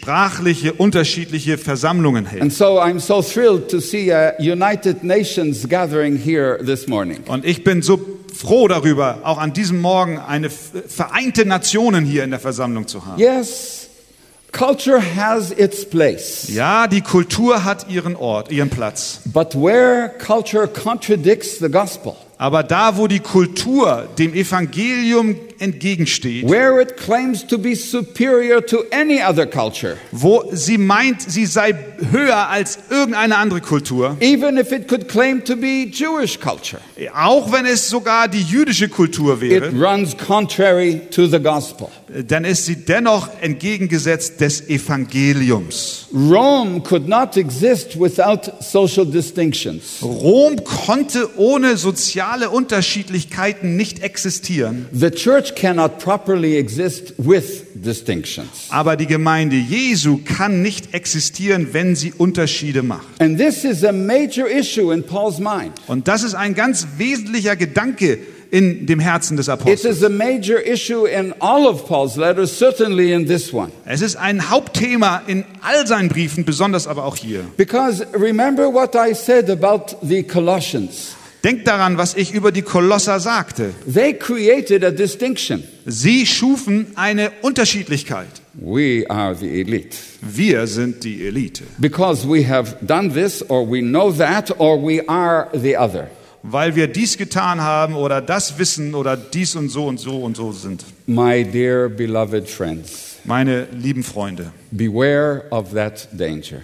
B: sprachliche, unterschiedliche Versammlungen hält.
A: And so I'm so thrilled to see a United Nations gathering here this morning.
B: Und ich bin so froh darüber, auch an diesem Morgen eine f- vereinte Nationen hier in der Versammlung zu haben.
A: Yes, culture has its place,
B: Ja, die Kultur hat ihren Ort, ihren Platz.
A: but where culture contradicts the gospel,
B: Aber da, wo die Kultur dem Evangelium entgegensteht,
A: where it claims to be superior to any other culture,
B: wo sie meint, sie sei höher als irgendeine andere Kultur,
A: even if it could claim to be Jewish culture,
B: auch wenn es sogar die jüdische Kultur
A: it
B: wäre,
A: runs contrary to the gospel.
B: dann ist sie dennoch entgegengesetzt des Evangeliums.
A: Rome could not exist without social distinctions.
B: Rom konnte ohne soziale Unterschiedlichkeiten nicht existieren.
A: The church church cannot properly exist with distinctions.
B: Aber die Gemeinde Jesu kann nicht existieren, wenn sie Unterschiede macht.
A: And this is a major issue in Paul's mind.
B: Und das ist ein ganz wesentlicher Gedanke in dem Herzen des
A: It
B: Apostels.
A: is a major issue in all of Paul's letters, certainly in this one.
B: Es ist ein Hauptthema in all seinen Briefen, besonders aber auch hier.
A: Because remember what I said about the Colossians.
B: Denkt daran, was ich über die Kolosser sagte.
A: They created a distinction.
B: Sie schufen eine Unterschiedlichkeit.
A: We are the elite.
B: Wir sind die Elite,
A: Because we have done this, or we know that, or we are the other.
B: weil wir dies getan haben oder das wissen oder dies und so und so und so sind.
A: My dear beloved friends,
B: Meine lieben Freunde,
A: beware of that danger.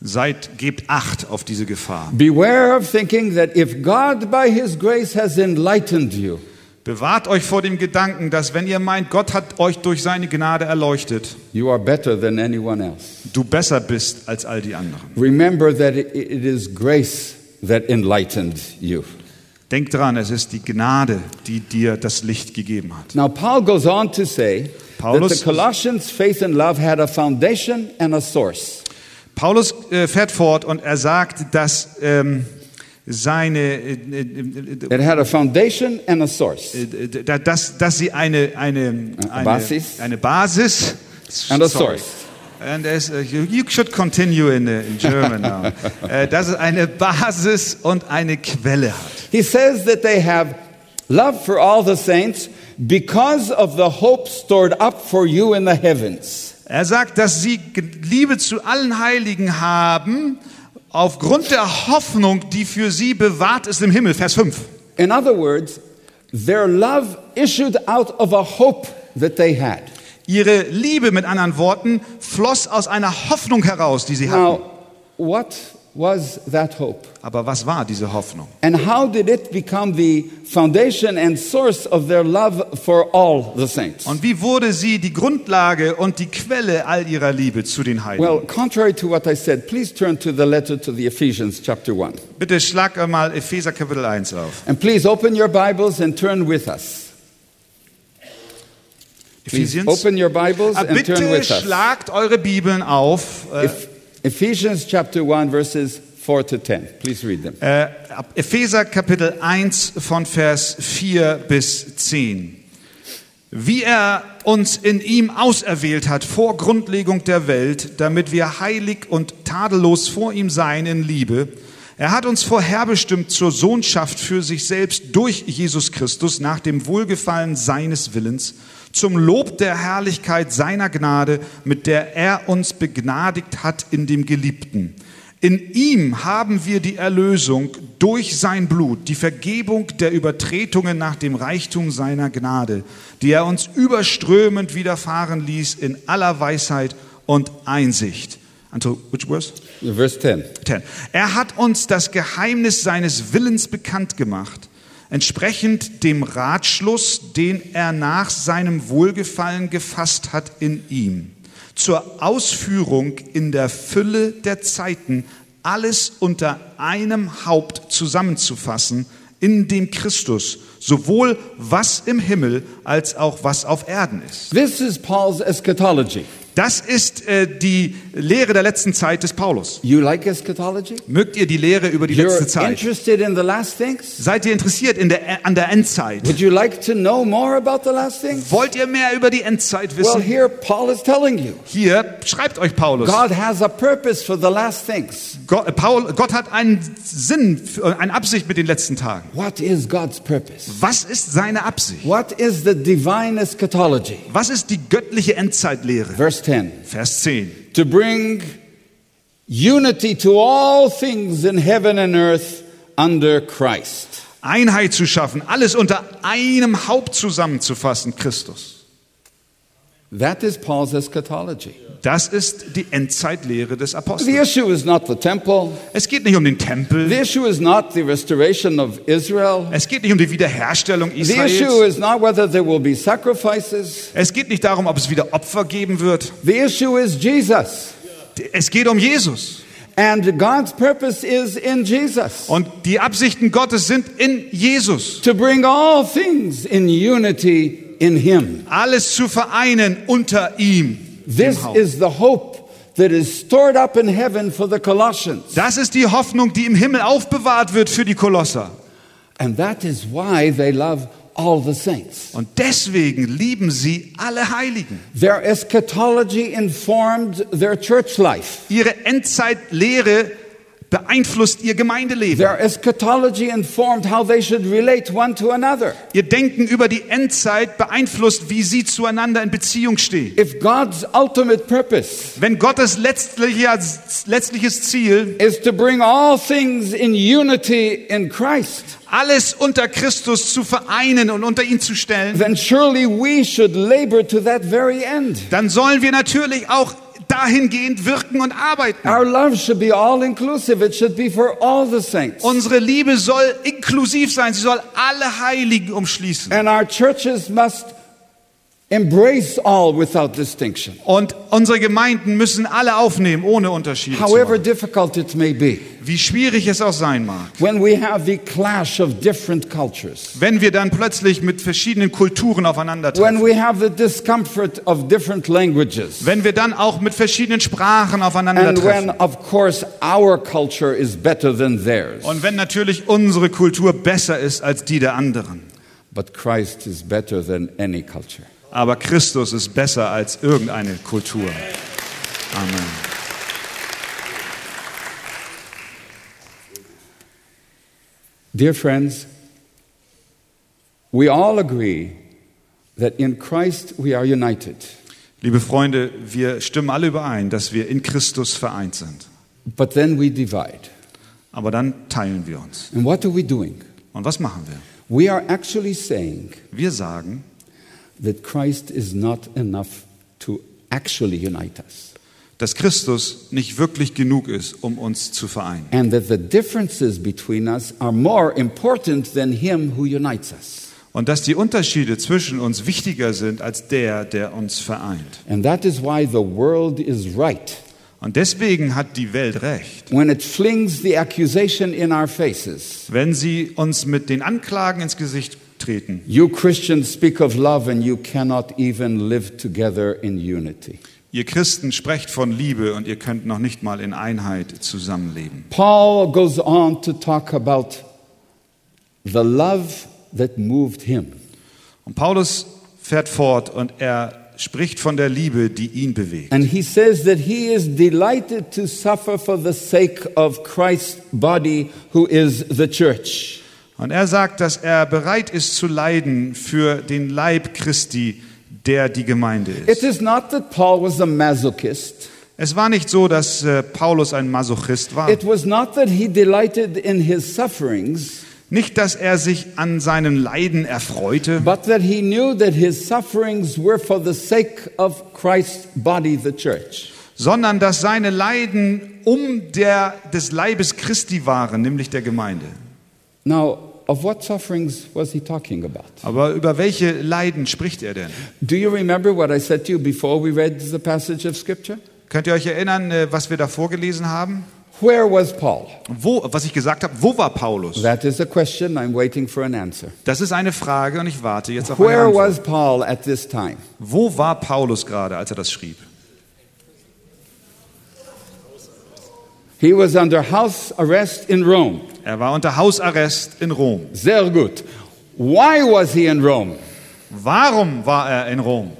B: seid, gebt Acht auf diese Gefahr.
A: Beware of thinking that if God, by His grace, has enlightened you,
B: Bewahrt euch vor dem Gedanken, dass wenn ihr meint, Gott hat euch durch seine Gnade erleuchtet,
A: you are better than anyone else.
B: du besser bist als all die anderen.
A: Remember that it it is grace that enlightened you.
B: Denkt dran, es ist die Gnade, die dir das Licht gegeben hat.
A: Now, Paul goes on to say that
B: Paulus-
A: the Colossians' faith and love had a foundation and a source.
B: Paulus äh, fährt fort und er sagt, dass ähm, seine, äh, äh,
A: It had a foundation and a source.
B: äh, äh, da- dass, dass sie eine, eine, eine
A: Basis.
B: eine Basis
A: And a
B: Sorry.
A: source.
B: And as, uh, you you should continue in, äh, in German now. Äh, dass es eine Basis und eine Quelle hat.
A: He says that they have love for all the saints because of the hope stored up for you in the heavens.
B: Er sagt, dass sie Ge- Liebe zu allen Heiligen haben aufgrund der Hoffnung, die für sie bewahrt ist im Himmel. Vers 5.
A: In other words, their love issued out of a hope that they had.
B: Ihre Liebe, mit anderen Worten, floss aus einer Hoffnung heraus, die sie hatten.
A: Now, what was that hope?
B: Aber was war diese Hoffnung?
A: And how did it become the foundation and source of their love for all the saints?
B: Und wie wurde sie die Grundlage und die Quelle all ihrer Liebe zu den Heiligen?
A: Well, contrary to what I said, please turn to the letter to the Ephesians, chapter 1.
B: Bitte schlag mal Epheser Kapitel 1 auf.
A: And please open your Bibles and turn with us. Please
B: Ephesians.
A: open your Bibles
B: Ah,
A: and turn
B: bitte
A: with us.
B: schlagt eure Bibeln auf. Äh,
A: Eph- Ephesians chapter 1, verses 4 to 10. Please read them.
B: Äh, ab Epheser Kapitel 1 von Vers 4 bis 10. Wie er uns in ihm auserwählt hat vor Grundlegung der Welt, damit wir heilig und tadellos vor ihm seien in Liebe. Er hat uns vorherbestimmt zur Sohnschaft für sich selbst durch Jesus Christus nach dem Wohlgefallen seines Willens, zum Lob der Herrlichkeit seiner Gnade, mit der er uns begnadigt hat in dem Geliebten. In ihm haben wir die Erlösung durch sein Blut, die Vergebung der Übertretungen nach dem Reichtum seiner Gnade, die er uns überströmend widerfahren ließ in aller Weisheit und Einsicht. Until which verse?
A: Verse 10.
B: 10. Er hat uns das Geheimnis seines Willens bekannt gemacht, entsprechend dem Ratschluss, den er nach seinem Wohlgefallen gefasst hat in ihm, zur Ausführung in der Fülle der Zeiten, alles unter einem Haupt zusammenzufassen, in dem Christus, sowohl was im Himmel als auch was auf Erden ist.
A: This is Paul's eschatology.
B: Das ist äh, die Lehre der letzten Zeit des Paulus.
A: You like eschatology?
B: Mögt ihr die Lehre über die
A: You're
B: letzte Zeit?
A: interested in the last things?
B: Seid ihr interessiert in der, an der Endzeit?
A: Would you like to know more about the last things?
B: Wollt ihr mehr über die Endzeit
A: Well,
B: wissen?
A: here Paul is telling you
B: Hier schreibt euch Paulus.
A: God has a purpose for the last things.
B: Gott, äh, Paul, Gott hat einen Sinn, äh, eine Absicht mit den letzten Tagen.
A: What is God's purpose?
B: Was ist seine Absicht?
A: What is the divine eschatology?
B: Was ist die göttliche Endzeitlehre?
A: Verse 10.
B: Vers 10.
A: to bring unity to all things in heaven and earth under Christ.
B: Einheit zu schaffen, alles unter einem Haupt zusammenzufassen, Christus.
A: That is Paul's eschatology.
B: Das ist die Endzeitlehre des
A: The
B: Apostels.
A: issue is not the temple.
B: Es geht nicht um den Tempel.
A: The issue is not the restoration of Israel.
B: Es geht nicht um die Wiederherstellung
A: The issue
B: Israels.
A: is not whether there will be sacrifices.
B: Es geht nicht darum, ob es wieder Opfer geben wird.
A: The issue is Jesus.
B: Es geht um Jesus.
A: And God's purpose is in Jesus
B: Und die Absichten Gottes sind in Jesus.
A: to bring all things in unity in Him.
B: alles zu vereinen unter ihm.
A: This
B: im Haupt.
A: is the hope that is stored up in heaven for the Colossians.
B: Das ist die Hoffnung, die im Himmel aufbewahrt wird für die Kolosser.
A: And that is why they love all the saints.
B: Und deswegen lieben sie alle Heiligen.
A: Their eschatology informed their church life.
B: Ihre Endzeitlehre beeinflusst ihr Gemeindeleben.
A: Their eschatology informed how they should relate one to another.
B: Ihr Denken über die Endzeit beeinflusst, wie sie zueinander in Beziehung stehen.
A: If God's ultimate purpose
B: Wenn Gottes letztlicher, letztliches Ziel
A: is to bring all things in unity in Christ,
B: alles unter Christus zu vereinen und unter ihn zu stellen,
A: then surely we should labor to that very end.
B: dann sollen wir natürlich auch dahingehend wirken und arbeiten.
A: Our love should be all inclusive, it should be for all the saints.
B: Unsere Liebe soll inklusiv sein, sie soll alle Heiligen umschließen.
A: And our churches must embrace all without distinction,
B: Und unsere Gemeinden müssen alle aufnehmen, ohne Unterschiede. Zu
A: however
B: machen.
A: difficult it may be.
B: Wie schwierig es auch sein mag.
A: When we have the clash of different cultures,
B: Wenn wir dann plötzlich mit verschiedenen Kulturen aufeinandertreffen.
A: when we have the discomfort of different languages,
B: Wenn wir dann auch mit verschiedenen
A: and when,
B: Sprachen aufeinandertreffen.
A: of course, our culture is better than theirs,
B: Und wenn natürlich unsere Kultur besser ist als die der anderen.
A: but Christ is better than any culture.
B: Aber Christus ist besser als irgendeine Kultur. Amen.
A: Dear friends, we all agree that in Christ we are united,
B: Liebe Freunde, wir stimmen alle überein, dass wir in Christus vereint sind.
A: but then we divide.
B: Aber dann teilen wir uns.
A: And what are we doing?
B: Und was machen wir?
A: We are actually saying
B: Wir sagen,
A: that Christ is not enough to actually unite us,
B: dass Christus nicht wirklich genug ist, um uns zu vereinen.
A: and that the differences between us are more important than Him who unites us.
B: Und dass die Unterschiede zwischen uns wichtiger sind als der, der uns vereint.
A: And that is why the world is right
B: Und deswegen hat die Welt recht,
A: when it flings the accusation in our faces.
B: wenn sie uns mit den Anklagen ins Gesicht treten.
A: You Christians speak of love and you cannot even live together in unity.
B: Ihr Christen sprecht von Liebe und ihr könnt noch nicht mal in Einheit zusammenleben.
A: Paul goes on to talk about the love that moved him.
B: Und Paulus fährt fort und er spricht von der Liebe, die ihn bewegt.
A: And he says that he is delighted to suffer for the sake of Christ's body, who is the church.
B: Und er sagt, dass er bereit ist zu leiden für den Leib Christi, der die Gemeinde ist.
A: It is not that Paul was a masochist.
B: Es war nicht so, dass äh, Paulus ein Masochist war.
A: It was not that he delighted in his sufferings,
B: Nicht, dass er sich an seinem Leiden erfreute,
A: but that he knew that his sufferings were for the sake of Christ's body, the church.
B: sondern dass seine Leiden um der, des Leibes Christi waren, nämlich der Gemeinde.
A: Now, of what sufferings was he talking about?
B: Aber über welche Leiden spricht er denn?
A: Do you remember what I said to you before we read the passage of Scripture?
B: Könnt ihr euch erinnern, äh, was wir da vorgelesen haben?
A: Where was Paul?
B: Wo, was ich gesagt habe, wo war Paulus?
A: That is a question. I'm waiting for an answer.
B: Das ist eine Frage und ich warte jetzt auf eine
A: Where
B: Antwort.
A: was Paul at this time?
B: Wo war Paulus gerade, als er das schrieb?
A: He was under house arrest in Rome.
B: Er war unter Hausarrest in Rom.
A: Sehr gut. Why was he in Rome?
B: Warum war er in Rom?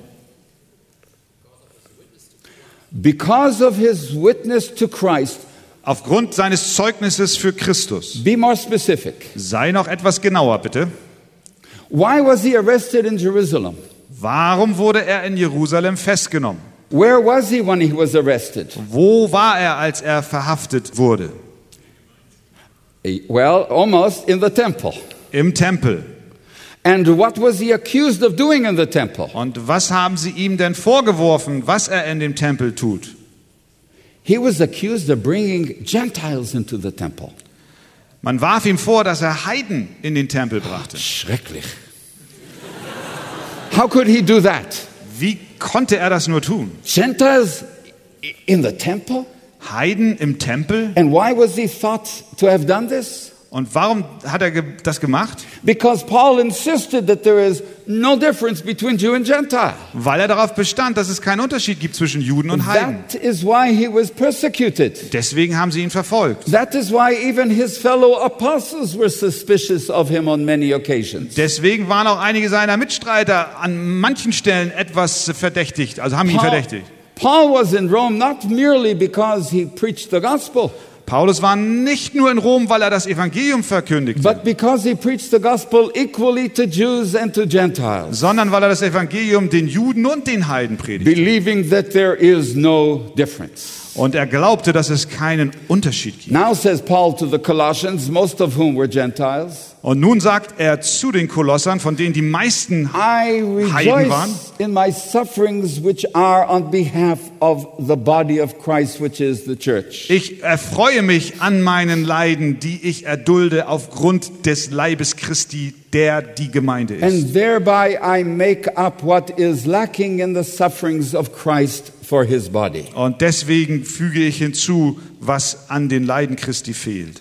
A: Because of his witness to Christ.
B: Aufgrund seines Zeugnisses für Christus.
A: Be more specific.
B: Sei noch etwas genauer, bitte.
A: Why was he arrested in Jerusalem?
B: Warum wurde er in Jerusalem festgenommen?
A: Where was he when he was arrested?
B: Wo war er, als er verhaftet wurde?
A: Eh, Well, almost in the temple.
B: Im Tempel.
A: And what was he accused of doing in the temple?
B: Und was haben sie ihm denn vorgeworfen, was er in dem Tempel tut?
A: He was accused of bringing Gentiles into the temple.
B: Man warf ihm vor, dass er Heiden in den Tempel brachte.
A: Schrecklich. How could he do that?
B: Wie konnte er das nur tun?
A: Gentiles i- in the temple?
B: Heiden im Tempel?
A: And why was he thought to have done this?
B: Und warum hat er ge- das gemacht?
A: Because Paul insisted that there is no difference between Jew and Gentile.
B: Weil er darauf bestand, dass es keinen Unterschied gibt zwischen Juden und Heiden.
A: That is why he was persecuted.
B: Deswegen haben sie ihn verfolgt.
A: That is why even his fellow apostles were suspicious of him on many occasions.
B: Deswegen waren auch einige seiner Mitstreiter an manchen Stellen etwas verdächtigt, also haben ihn verdächtigt.
A: Paul was in Rome not merely because he preached the gospel,
B: Paulus war nicht nur in Rom, weil er das Evangelium verkündigte,
A: but because he preached the gospel equally to Jews and to Gentiles,
B: sondern weil er das Evangelium den Juden und den Heiden predigte.
A: believing that there is no difference.
B: Und er glaubte, dass es keinen Unterschied gibt.
A: Now says Paul to the Colossians, most of whom were Gentiles,
B: Und nun sagt er zu den Kolossern, von denen die meisten
A: I
B: Heiden waren.
A: rejoice in my sufferings which are on behalf of the body of Christ, which is the church.
B: Ich erfreue mich an meinen Leiden, die ich erdulde aufgrund des Leibes Christi, der die Gemeinde ist.
A: And thereby I make up what is lacking in the sufferings of Christ for his body.
B: Und deswegen füge ich hinzu, was an den Leiden Christi fehlt.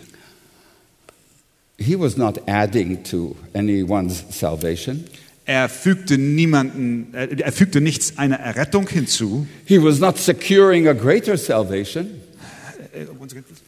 A: He was not adding to anyone's salvation,
B: Er fügte niemanden, äh, er fügte nichts einer Errettung hinzu.
A: he was not securing a greater salvation.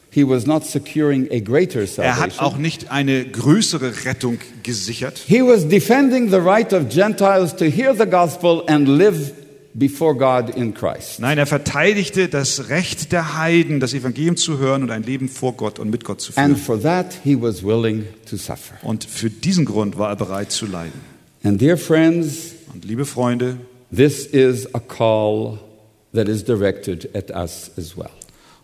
A: He was not securing a greater
B: Er hat
A: salvation.
B: auch nicht eine größere Rettung gesichert.
A: He was defending the right of Gentiles to hear the gospel and live before God in Christ.
B: Nein, er verteidigte das Recht der Heiden, das Evangelium zu hören und ein Leben vor Gott und mit Gott zu
A: And for
B: führen.
A: that, he was willing to suffer.
B: Und für diesen Grund war er bereit zu leiden.
A: And dear friends,
B: Und liebe Freunde,
A: this is a call that is directed at us as well.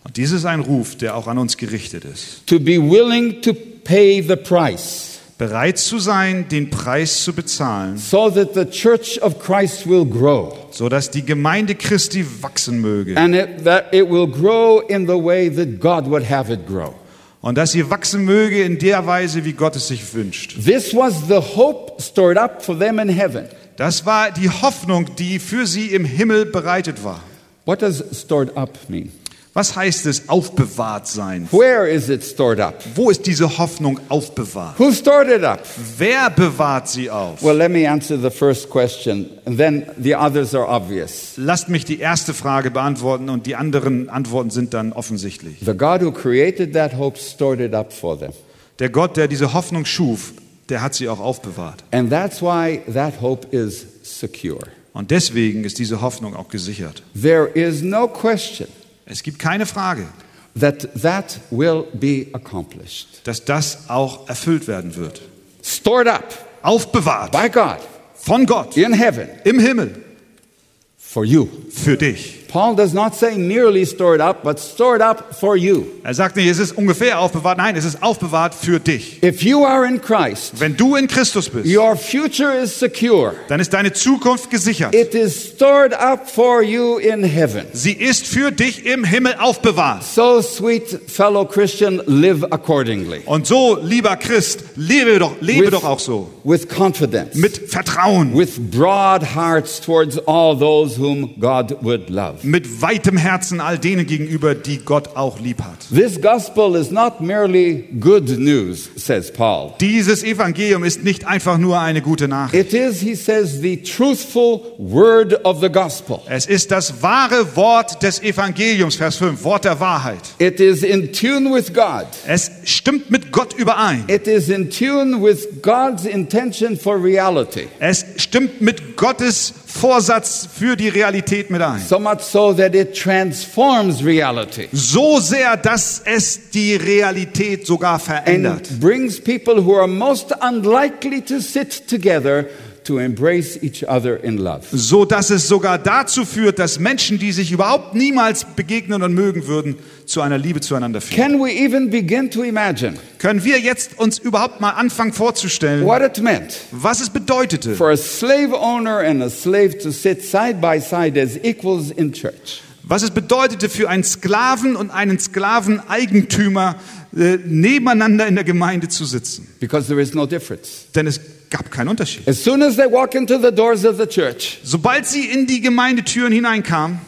B: Und dies ist ein Ruf, der auch an uns gerichtet ist.
A: To be willing to pay the price
B: Bereit zu sein, den Preis zu bezahlen,
A: so that the church of Christ will grow
B: sodass die Gemeinde Christi wachsen möge.
A: and it, that it will grow in the way that God would have it grow.
B: Und dass sie wachsen möge in der Weise, wie Gott es sich wünscht.
A: This was the hope stored up for them in heaven.
B: Das war die Hoffnung, die für sie im Himmel bereitet war.
A: What does stored up mean?
B: Was heißt es, aufbewahrt sein?
A: Where is it stored up?
B: Wo ist diese Hoffnung aufbewahrt?
A: Who stored it up?
B: Wer bewahrt sie auf?
A: Well, let me answer the first question, and then the others are obvious.
B: Lasst mich die erste Frage beantworten und die anderen Antworten sind dann offensichtlich.
A: The God who created that hope stored it up for them.
B: Der Gott, der diese Hoffnung schuf, der hat sie auch aufbewahrt.
A: And that's why that hope is secure.
B: Und deswegen ist diese Hoffnung auch gesichert.
A: There is no question
B: Es gibt keine Frage,
A: that that will be accomplished.
B: dass das auch erfüllt werden wird.
A: Stored up
B: Aufbewahrt
A: by God
B: von Gott
A: in heaven
B: im Himmel
A: for you.
B: für dich.
A: Paul does not say merely stored up, but stored up for you.
B: Er sagt nicht, es ist ungefähr aufbewahrt. Nein, es ist aufbewahrt für dich.
A: If you are in Christ,
B: Wenn du in Christus bist,
A: your future is secure.
B: dann ist deine Zukunft gesichert.
A: It is stored up for you in heaven.
B: Sie ist für dich im Himmel aufbewahrt.
A: So, sweet fellow Christian, live accordingly.
B: Und so, lieber Christ, lebe doch, lebe doch auch so.
A: With confidence.
B: Mit Vertrauen,
A: with broad hearts towards all those whom God would love.
B: mit weitem Herzen all denen gegenüber, die Gott auch lieb hat.
A: This gospel is not merely good news, says Paul.
B: Dieses Evangelium ist nicht einfach nur eine gute
A: It
B: Nachricht.
A: is, he says, the truthful word of the gospel.
B: Es ist das wahre Wort des Evangeliums, Vers 5, Wort der Wahrheit.
A: It is in tune with God.
B: Es stimmt mit Gott überein.
A: It is in tune with God's intention for reality.
B: Es stimmt mit Gottes Vorsatz für die Realität mit ein.
A: So much so that it transforms reality
B: So sehr, dass es die Realität sogar
A: and
B: verändert.
A: brings people who are most unlikely to sit together to embrace each other in love.
B: So dass es sogar dazu führt, dass Menschen, die sich überhaupt niemals begegnen und mögen würden, zu einer Liebe zueinander führen.
A: Can we even begin to imagine
B: Können wir jetzt uns überhaupt mal anfangen vorzustellen,
A: what it meant
B: was es bedeutete,
A: for a slave owner and a slave to sit side by side as equals in church?
B: Was es bedeutete für einen Sklaven und einen Sklaveneigentümer äh, nebeneinander in der Gemeinde zu sitzen.
A: Because there is no difference.
B: Denn es gab keinen Unterschied.
A: As soon as they walk into the doors of the church,
B: Sobald sie in die Gemeindetüren hineinkamen,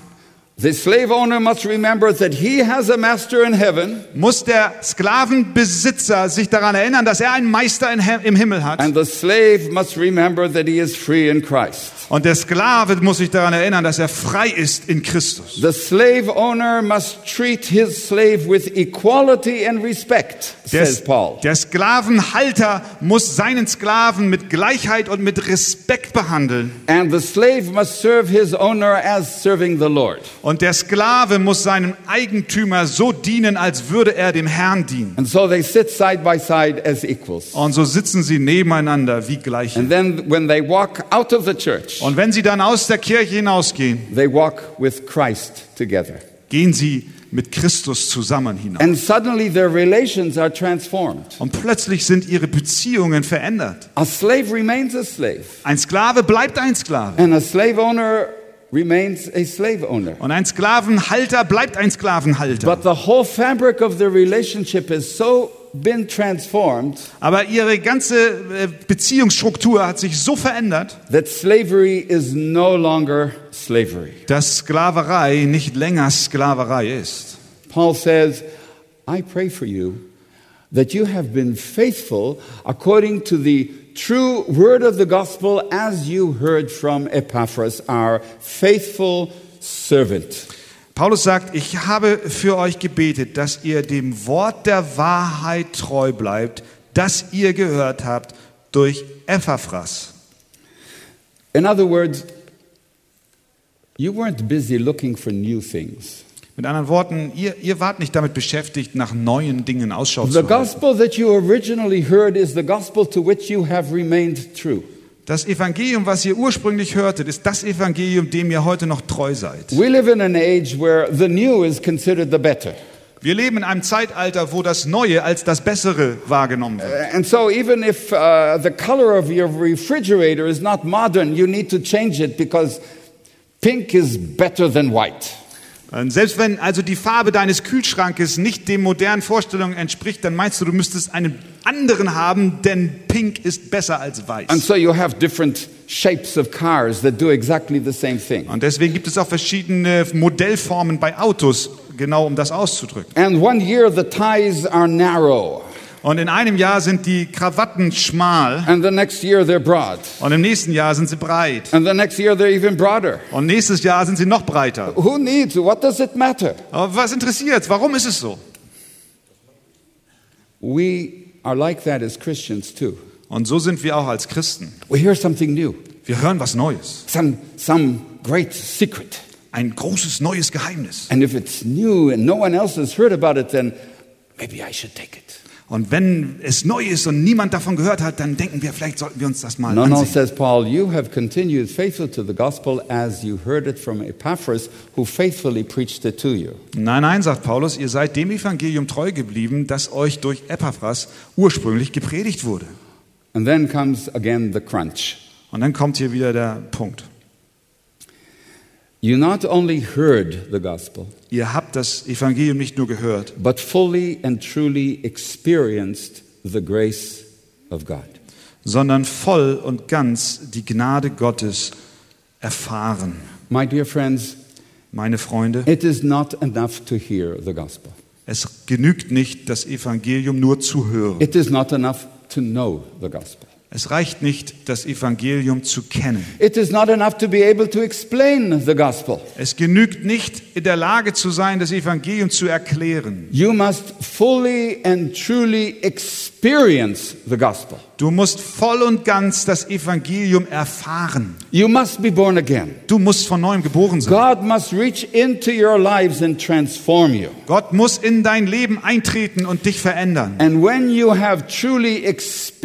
A: The slave owner must remember that he has a master in heaven,
B: muss der Sklavenbesitzer sich daran erinnern, dass er einen Meister in He- im Himmel hat.
A: and the slave must remember that he is free in Christ.
B: Und der Sklave muss sich daran erinnern, dass er frei ist in Christus.
A: The slave owner must treat his slave with equality and respect,
B: Der,
A: says Paul.
B: der Sklavenhalter muss seinen Sklaven mit Gleichheit und mit Respekt behandeln.
A: And the slave must serve his owner as serving the Lord.
B: Und der Sklave muss seinem Eigentümer so dienen, als würde er dem Herrn dienen.
A: And so they sit side by side as equals.
B: Und so sitzen sie nebeneinander wie Gleiche.
A: And then when they walk out of the church,
B: Und wenn sie dann aus der Kirche hinausgehen,
A: they walk with Christ together.
B: gehen sie mit Christus zusammen hinaus.
A: And suddenly their relations are transformed.
B: Und plötzlich sind ihre Beziehungen verändert.
A: A slave remains a slave,
B: Ein Sklave bleibt ein Sklave.
A: and a slave owner remains a slave owner.
B: Und ein Sklavenhalter bleibt ein Sklavenhalter.
A: But the whole fabric of the relationship has so been transformed
B: Aber ihre ganze äh, Beziehungsstruktur hat sich so verändert,
A: that slavery is no longer slavery.
B: dass Sklaverei nicht länger Sklaverei ist.
A: Paul says, I pray for you that you have been faithful according to the true word of the gospel as you heard from Epaphras, our faithful servant.
B: Paulus sagt, ich habe für euch gebetet, dass ihr dem Wort der Wahrheit treu bleibt, das ihr gehört habt durch Epaphras.
A: In other words, you weren't busy looking for new things.
B: Mit anderen Worten, ihr, ihr wart nicht damit beschäftigt, nach neuen Dingen Ausschau
A: The
B: zu halten.
A: gospel that you originally heard is the gospel to which you have remained true.
B: Das Evangelium, was ihr ursprünglich hörtet, ist das Evangelium, dem ihr heute noch treu seid.
A: We live in an age where the new is considered the better.
B: Wir leben in einem Zeitalter, wo das Neue als das Bessere wahrgenommen wird.
A: And so, even if uh, the color of your refrigerator is not modern, you need to change it because pink is better than white.
B: Und Selbst wenn also die Farbe deines Kühlschrankes nicht den modernen Vorstellungen entspricht, dann meinst du, du müsstest einen anderen haben, denn pink ist besser als
A: And
B: weiß.
A: so, you have different shapes of cars that do exactly the same thing.
B: Und deswegen gibt es auch verschiedene Modellformen bei Autos, genau um das auszudrücken.
A: And one year, the ties are narrow,
B: Und in einem Jahr sind die Krawatten schmal
A: and the next year, they're broad.
B: und im nächsten Jahr sind sie breit.
A: And the next year, they're even broader.
B: Und nächstes Jahr sind sie noch breiter.
A: Who needs? What does it matter?
B: Aber was interessiert? Warum ist es so?
A: We are like that as Christians, too.
B: Und so sind wir auch als Christen.
A: We hear something new,
B: Wir hören was Neues.
A: some, some great secret.
B: Ein großes neues Geheimnis.
A: And if it's new and no one else has heard about it, then maybe I should take it.
B: Und wenn es neu ist und niemand davon gehört hat, dann denken wir, vielleicht sollten wir uns das mal
A: No, no,
B: ansehen.
A: says Paul, you have continued faithful to the gospel as you heard it from Epaphras, who faithfully preached it to you.
B: Nein, nein, sagt Paulus, ihr seid dem Evangelium treu geblieben, das euch durch Epaphras ursprünglich gepredigt wurde.
A: And then comes again the crunch.
B: Und dann kommt hier wieder der Punkt.
A: You not only heard the gospel,
B: Ihr habt das Evangelium nicht nur gehört,
A: but fully and truly experienced the grace of God.
B: sondern voll und ganz die Gnade Gottes erfahren.
A: My dear friends,
B: Meine Freunde,
A: it is not enough to hear the gospel,
B: es genügt nicht, das Evangelium nur zu hören.
A: it is not enough to know the gospel.
B: Es reicht nicht, das Evangelium zu kennen.
A: It is not enough to be able to explain the gospel.
B: Es genügt nicht, in der Lage zu sein, das Evangelium zu erklären.
A: You must fully and truly experience the gospel.
B: Du musst voll und ganz das Evangelium erfahren.
A: You must be born again.
B: Du musst von neuem geboren sein.
A: God must reach into your lives and transform you.
B: Gott muss in dein Leben eintreten und dich verändern.
A: And when you have truly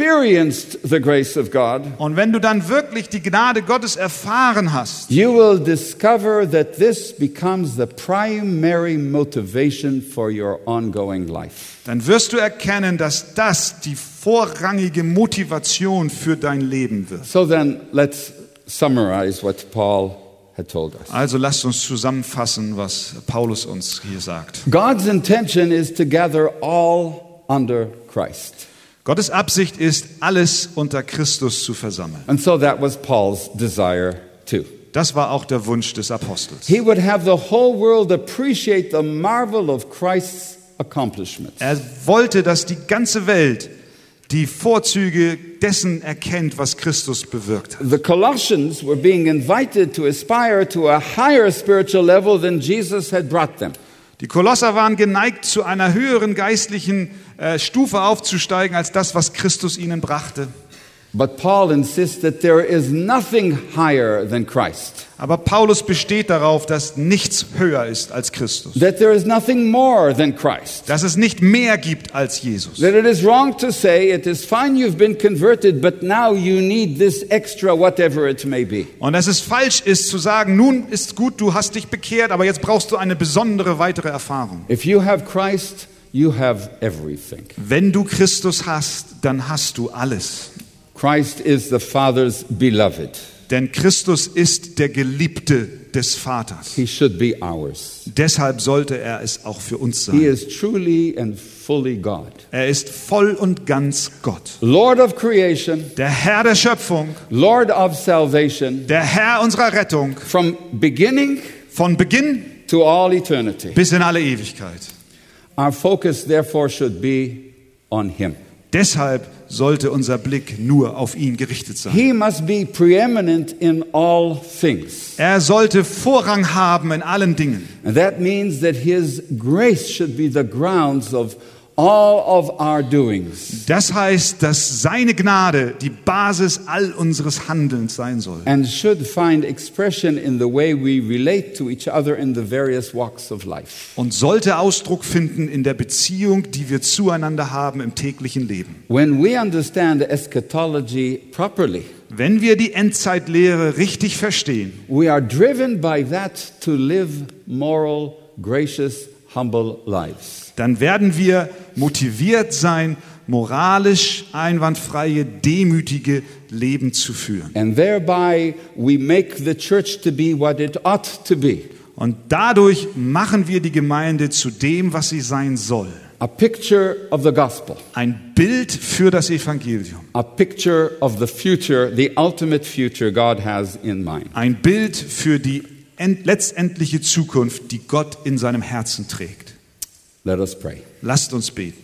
A: experienced the grace of God,
B: Und wenn du dann wirklich die Gnade Gottes erfahren hast,
A: you will discover that this becomes the primary motivation for your ongoing life.
B: dann wirst du erkennen, dass das die vorrangige Motivation für dein Leben wird.
A: So then, let's summarize what Paul had told us.
B: Also lasst uns zusammenfassen, was Paulus uns hier sagt.
A: God's intention is to gather all under Christ.
B: Gottes Absicht ist, alles unter Christus zu versammeln.
A: And so that was Paul's desire too.
B: Das war auch der Wunsch des Apostels.
A: He would have the whole world appreciate the marvel of Christ's accomplishments.
B: Er wollte, dass die ganze Welt die Vorzüge dessen erkennt, was Christus bewirkt hat.
A: The Colossians were being invited to aspire to a higher spiritual level than Jesus had brought them.
B: Die Kolosser waren geneigt, zu einer höheren geistlichen äh, Stufe aufzusteigen als das, was Christus ihnen brachte.
A: But Paul insists that there is nothing higher than Christ,
B: Aber Paulus besteht darauf, dass nichts höher ist als Christus.
A: that there is nothing more than Christ.
B: Dass es nicht mehr gibt als Jesus.
A: That it is wrong to say, it is fine you've been converted, but now you need this extra whatever it may be.
B: Und dass es falsch ist zu sagen, nun ist gut, du hast dich bekehrt, aber jetzt brauchst du eine besondere weitere Erfahrung.
A: If you have Christ, you have everything.
B: Wenn du Christus hast, dann hast du alles.
A: Christ is the Father's beloved.
B: Denn Christus ist der Geliebte des Vaters.
A: He should be ours.
B: Deshalb sollte er es auch für uns
A: He
B: sein.
A: is truly and fully God.
B: Er ist voll und ganz Gott.
A: Lord of creation,
B: Der Herr der Schöpfung,
A: Lord of salvation,
B: der Herr unserer Rettung,
A: from beginning
B: von Beginn
A: to all eternity.
B: bis in alle Ewigkeit.
A: Our focus, therefore, should be on Him.
B: Deshalb sollte unser Blick nur auf ihn gerichtet sein.
A: He must be preeminent in all things.
B: Er sollte Vorrang haben in allen Dingen.
A: And that means that His grace should be the grounds of all of our doings
B: Das heißt, dass seine Gnade die Basis all unseres Handelns sein soll
A: and should find expression in the way we relate to each other in the various walks of life.
B: und sollte Ausdruck finden in der Beziehung, die wir zueinander haben im täglichen Leben.
A: When we understand eschatology properly,
B: Wenn wir die Endzeitlehre richtig verstehen,
A: We are driven by that to live moral, gracious, humble lives.
B: dann werden wir motiviert sein, moralisch einwandfreie, demütige Leben zu führen.
A: And thereby we make the church to be what it ought to be
B: Und dadurch machen wir die Gemeinde zu dem, was sie sein soll.
A: a picture of the gospel,
B: Ein Bild für das Evangelium.
A: a picture of the future, the ultimate future God has in mind.
B: Ein Bild für die end letztendliche Zukunft, die Gott in seinem Herzen trägt.
A: Let us pray.
B: Lasst uns beten.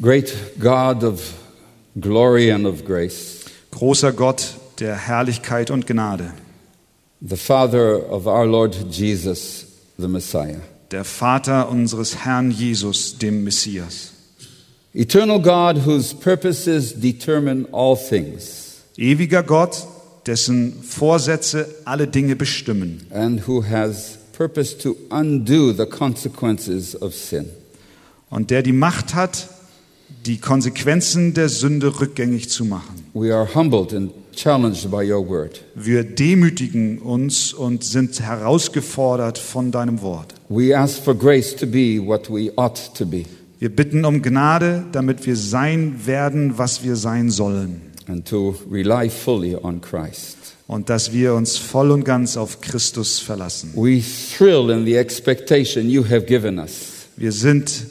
A: Great God of glory and of grace,
B: Großer Gott der Herrlichkeit und Gnade,
A: the Father of our Lord Jesus, the Messiah,
B: der Vater unseres Herrn Jesus, dem Messias,
A: eternal God whose purposes determine all things.
B: ewiger Gott, dessen Vorsätze alle Dinge bestimmen
A: and who has purpose to undo the consequences of sin.
B: und der die Macht hat, die Konsequenzen der Sünde rückgängig zu machen.
A: We are humbled and challenged by your word.
B: Wir demütigen uns und sind herausgefordert von deinem Wort.
A: We ask for grace to be what we ought to be
B: Wir bitten um Gnade, damit wir sein werden, was wir sein sollen.
A: and to rely fully on Christ.
B: Und dass wir uns voll und ganz auf Christus verlassen.
A: We thrill in the expectation you have given us
B: Wir sind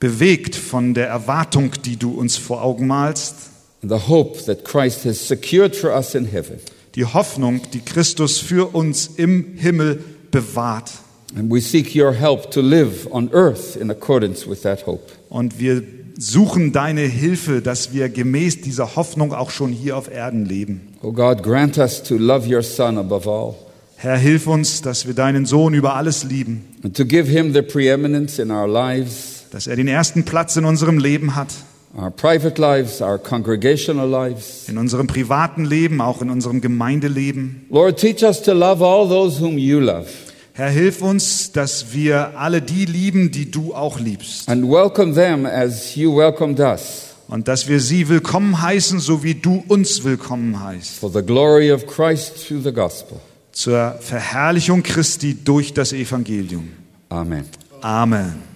B: bewegt von der Erwartung, die du uns vor Augen malst,
A: and the hope that Christ has secured for us in heaven.
B: die Hoffnung, die Christus für uns im Himmel bewahrt.
A: And we seek your help to live on earth in accordance with that hope.
B: Und wir suchen deine Hilfe, dass wir gemäß dieser Hoffnung auch schon hier auf Erden leben.
A: O God, grant us to love your Son above all
B: Herr, hilf uns, dass wir deinen Sohn über alles lieben.
A: and to give him the preeminence in our lives.
B: dass er den ersten Platz in unserem Leben hat,
A: our private lives, our congregational lives.
B: in unserem privaten Leben, auch in unserem Gemeindeleben.
A: Lord, teach us to love all those whom you love
B: Herr, hilf uns, dass wir alle die lieben, die du auch liebst,
A: and welcome them as you welcomed us
B: und dass wir sie willkommen heißen, so wie du uns willkommen heißt,
A: for the glory of Christ through the gospel.
B: zur Verherrlichung Christi durch das Evangelium.
A: Amen.
B: Amen.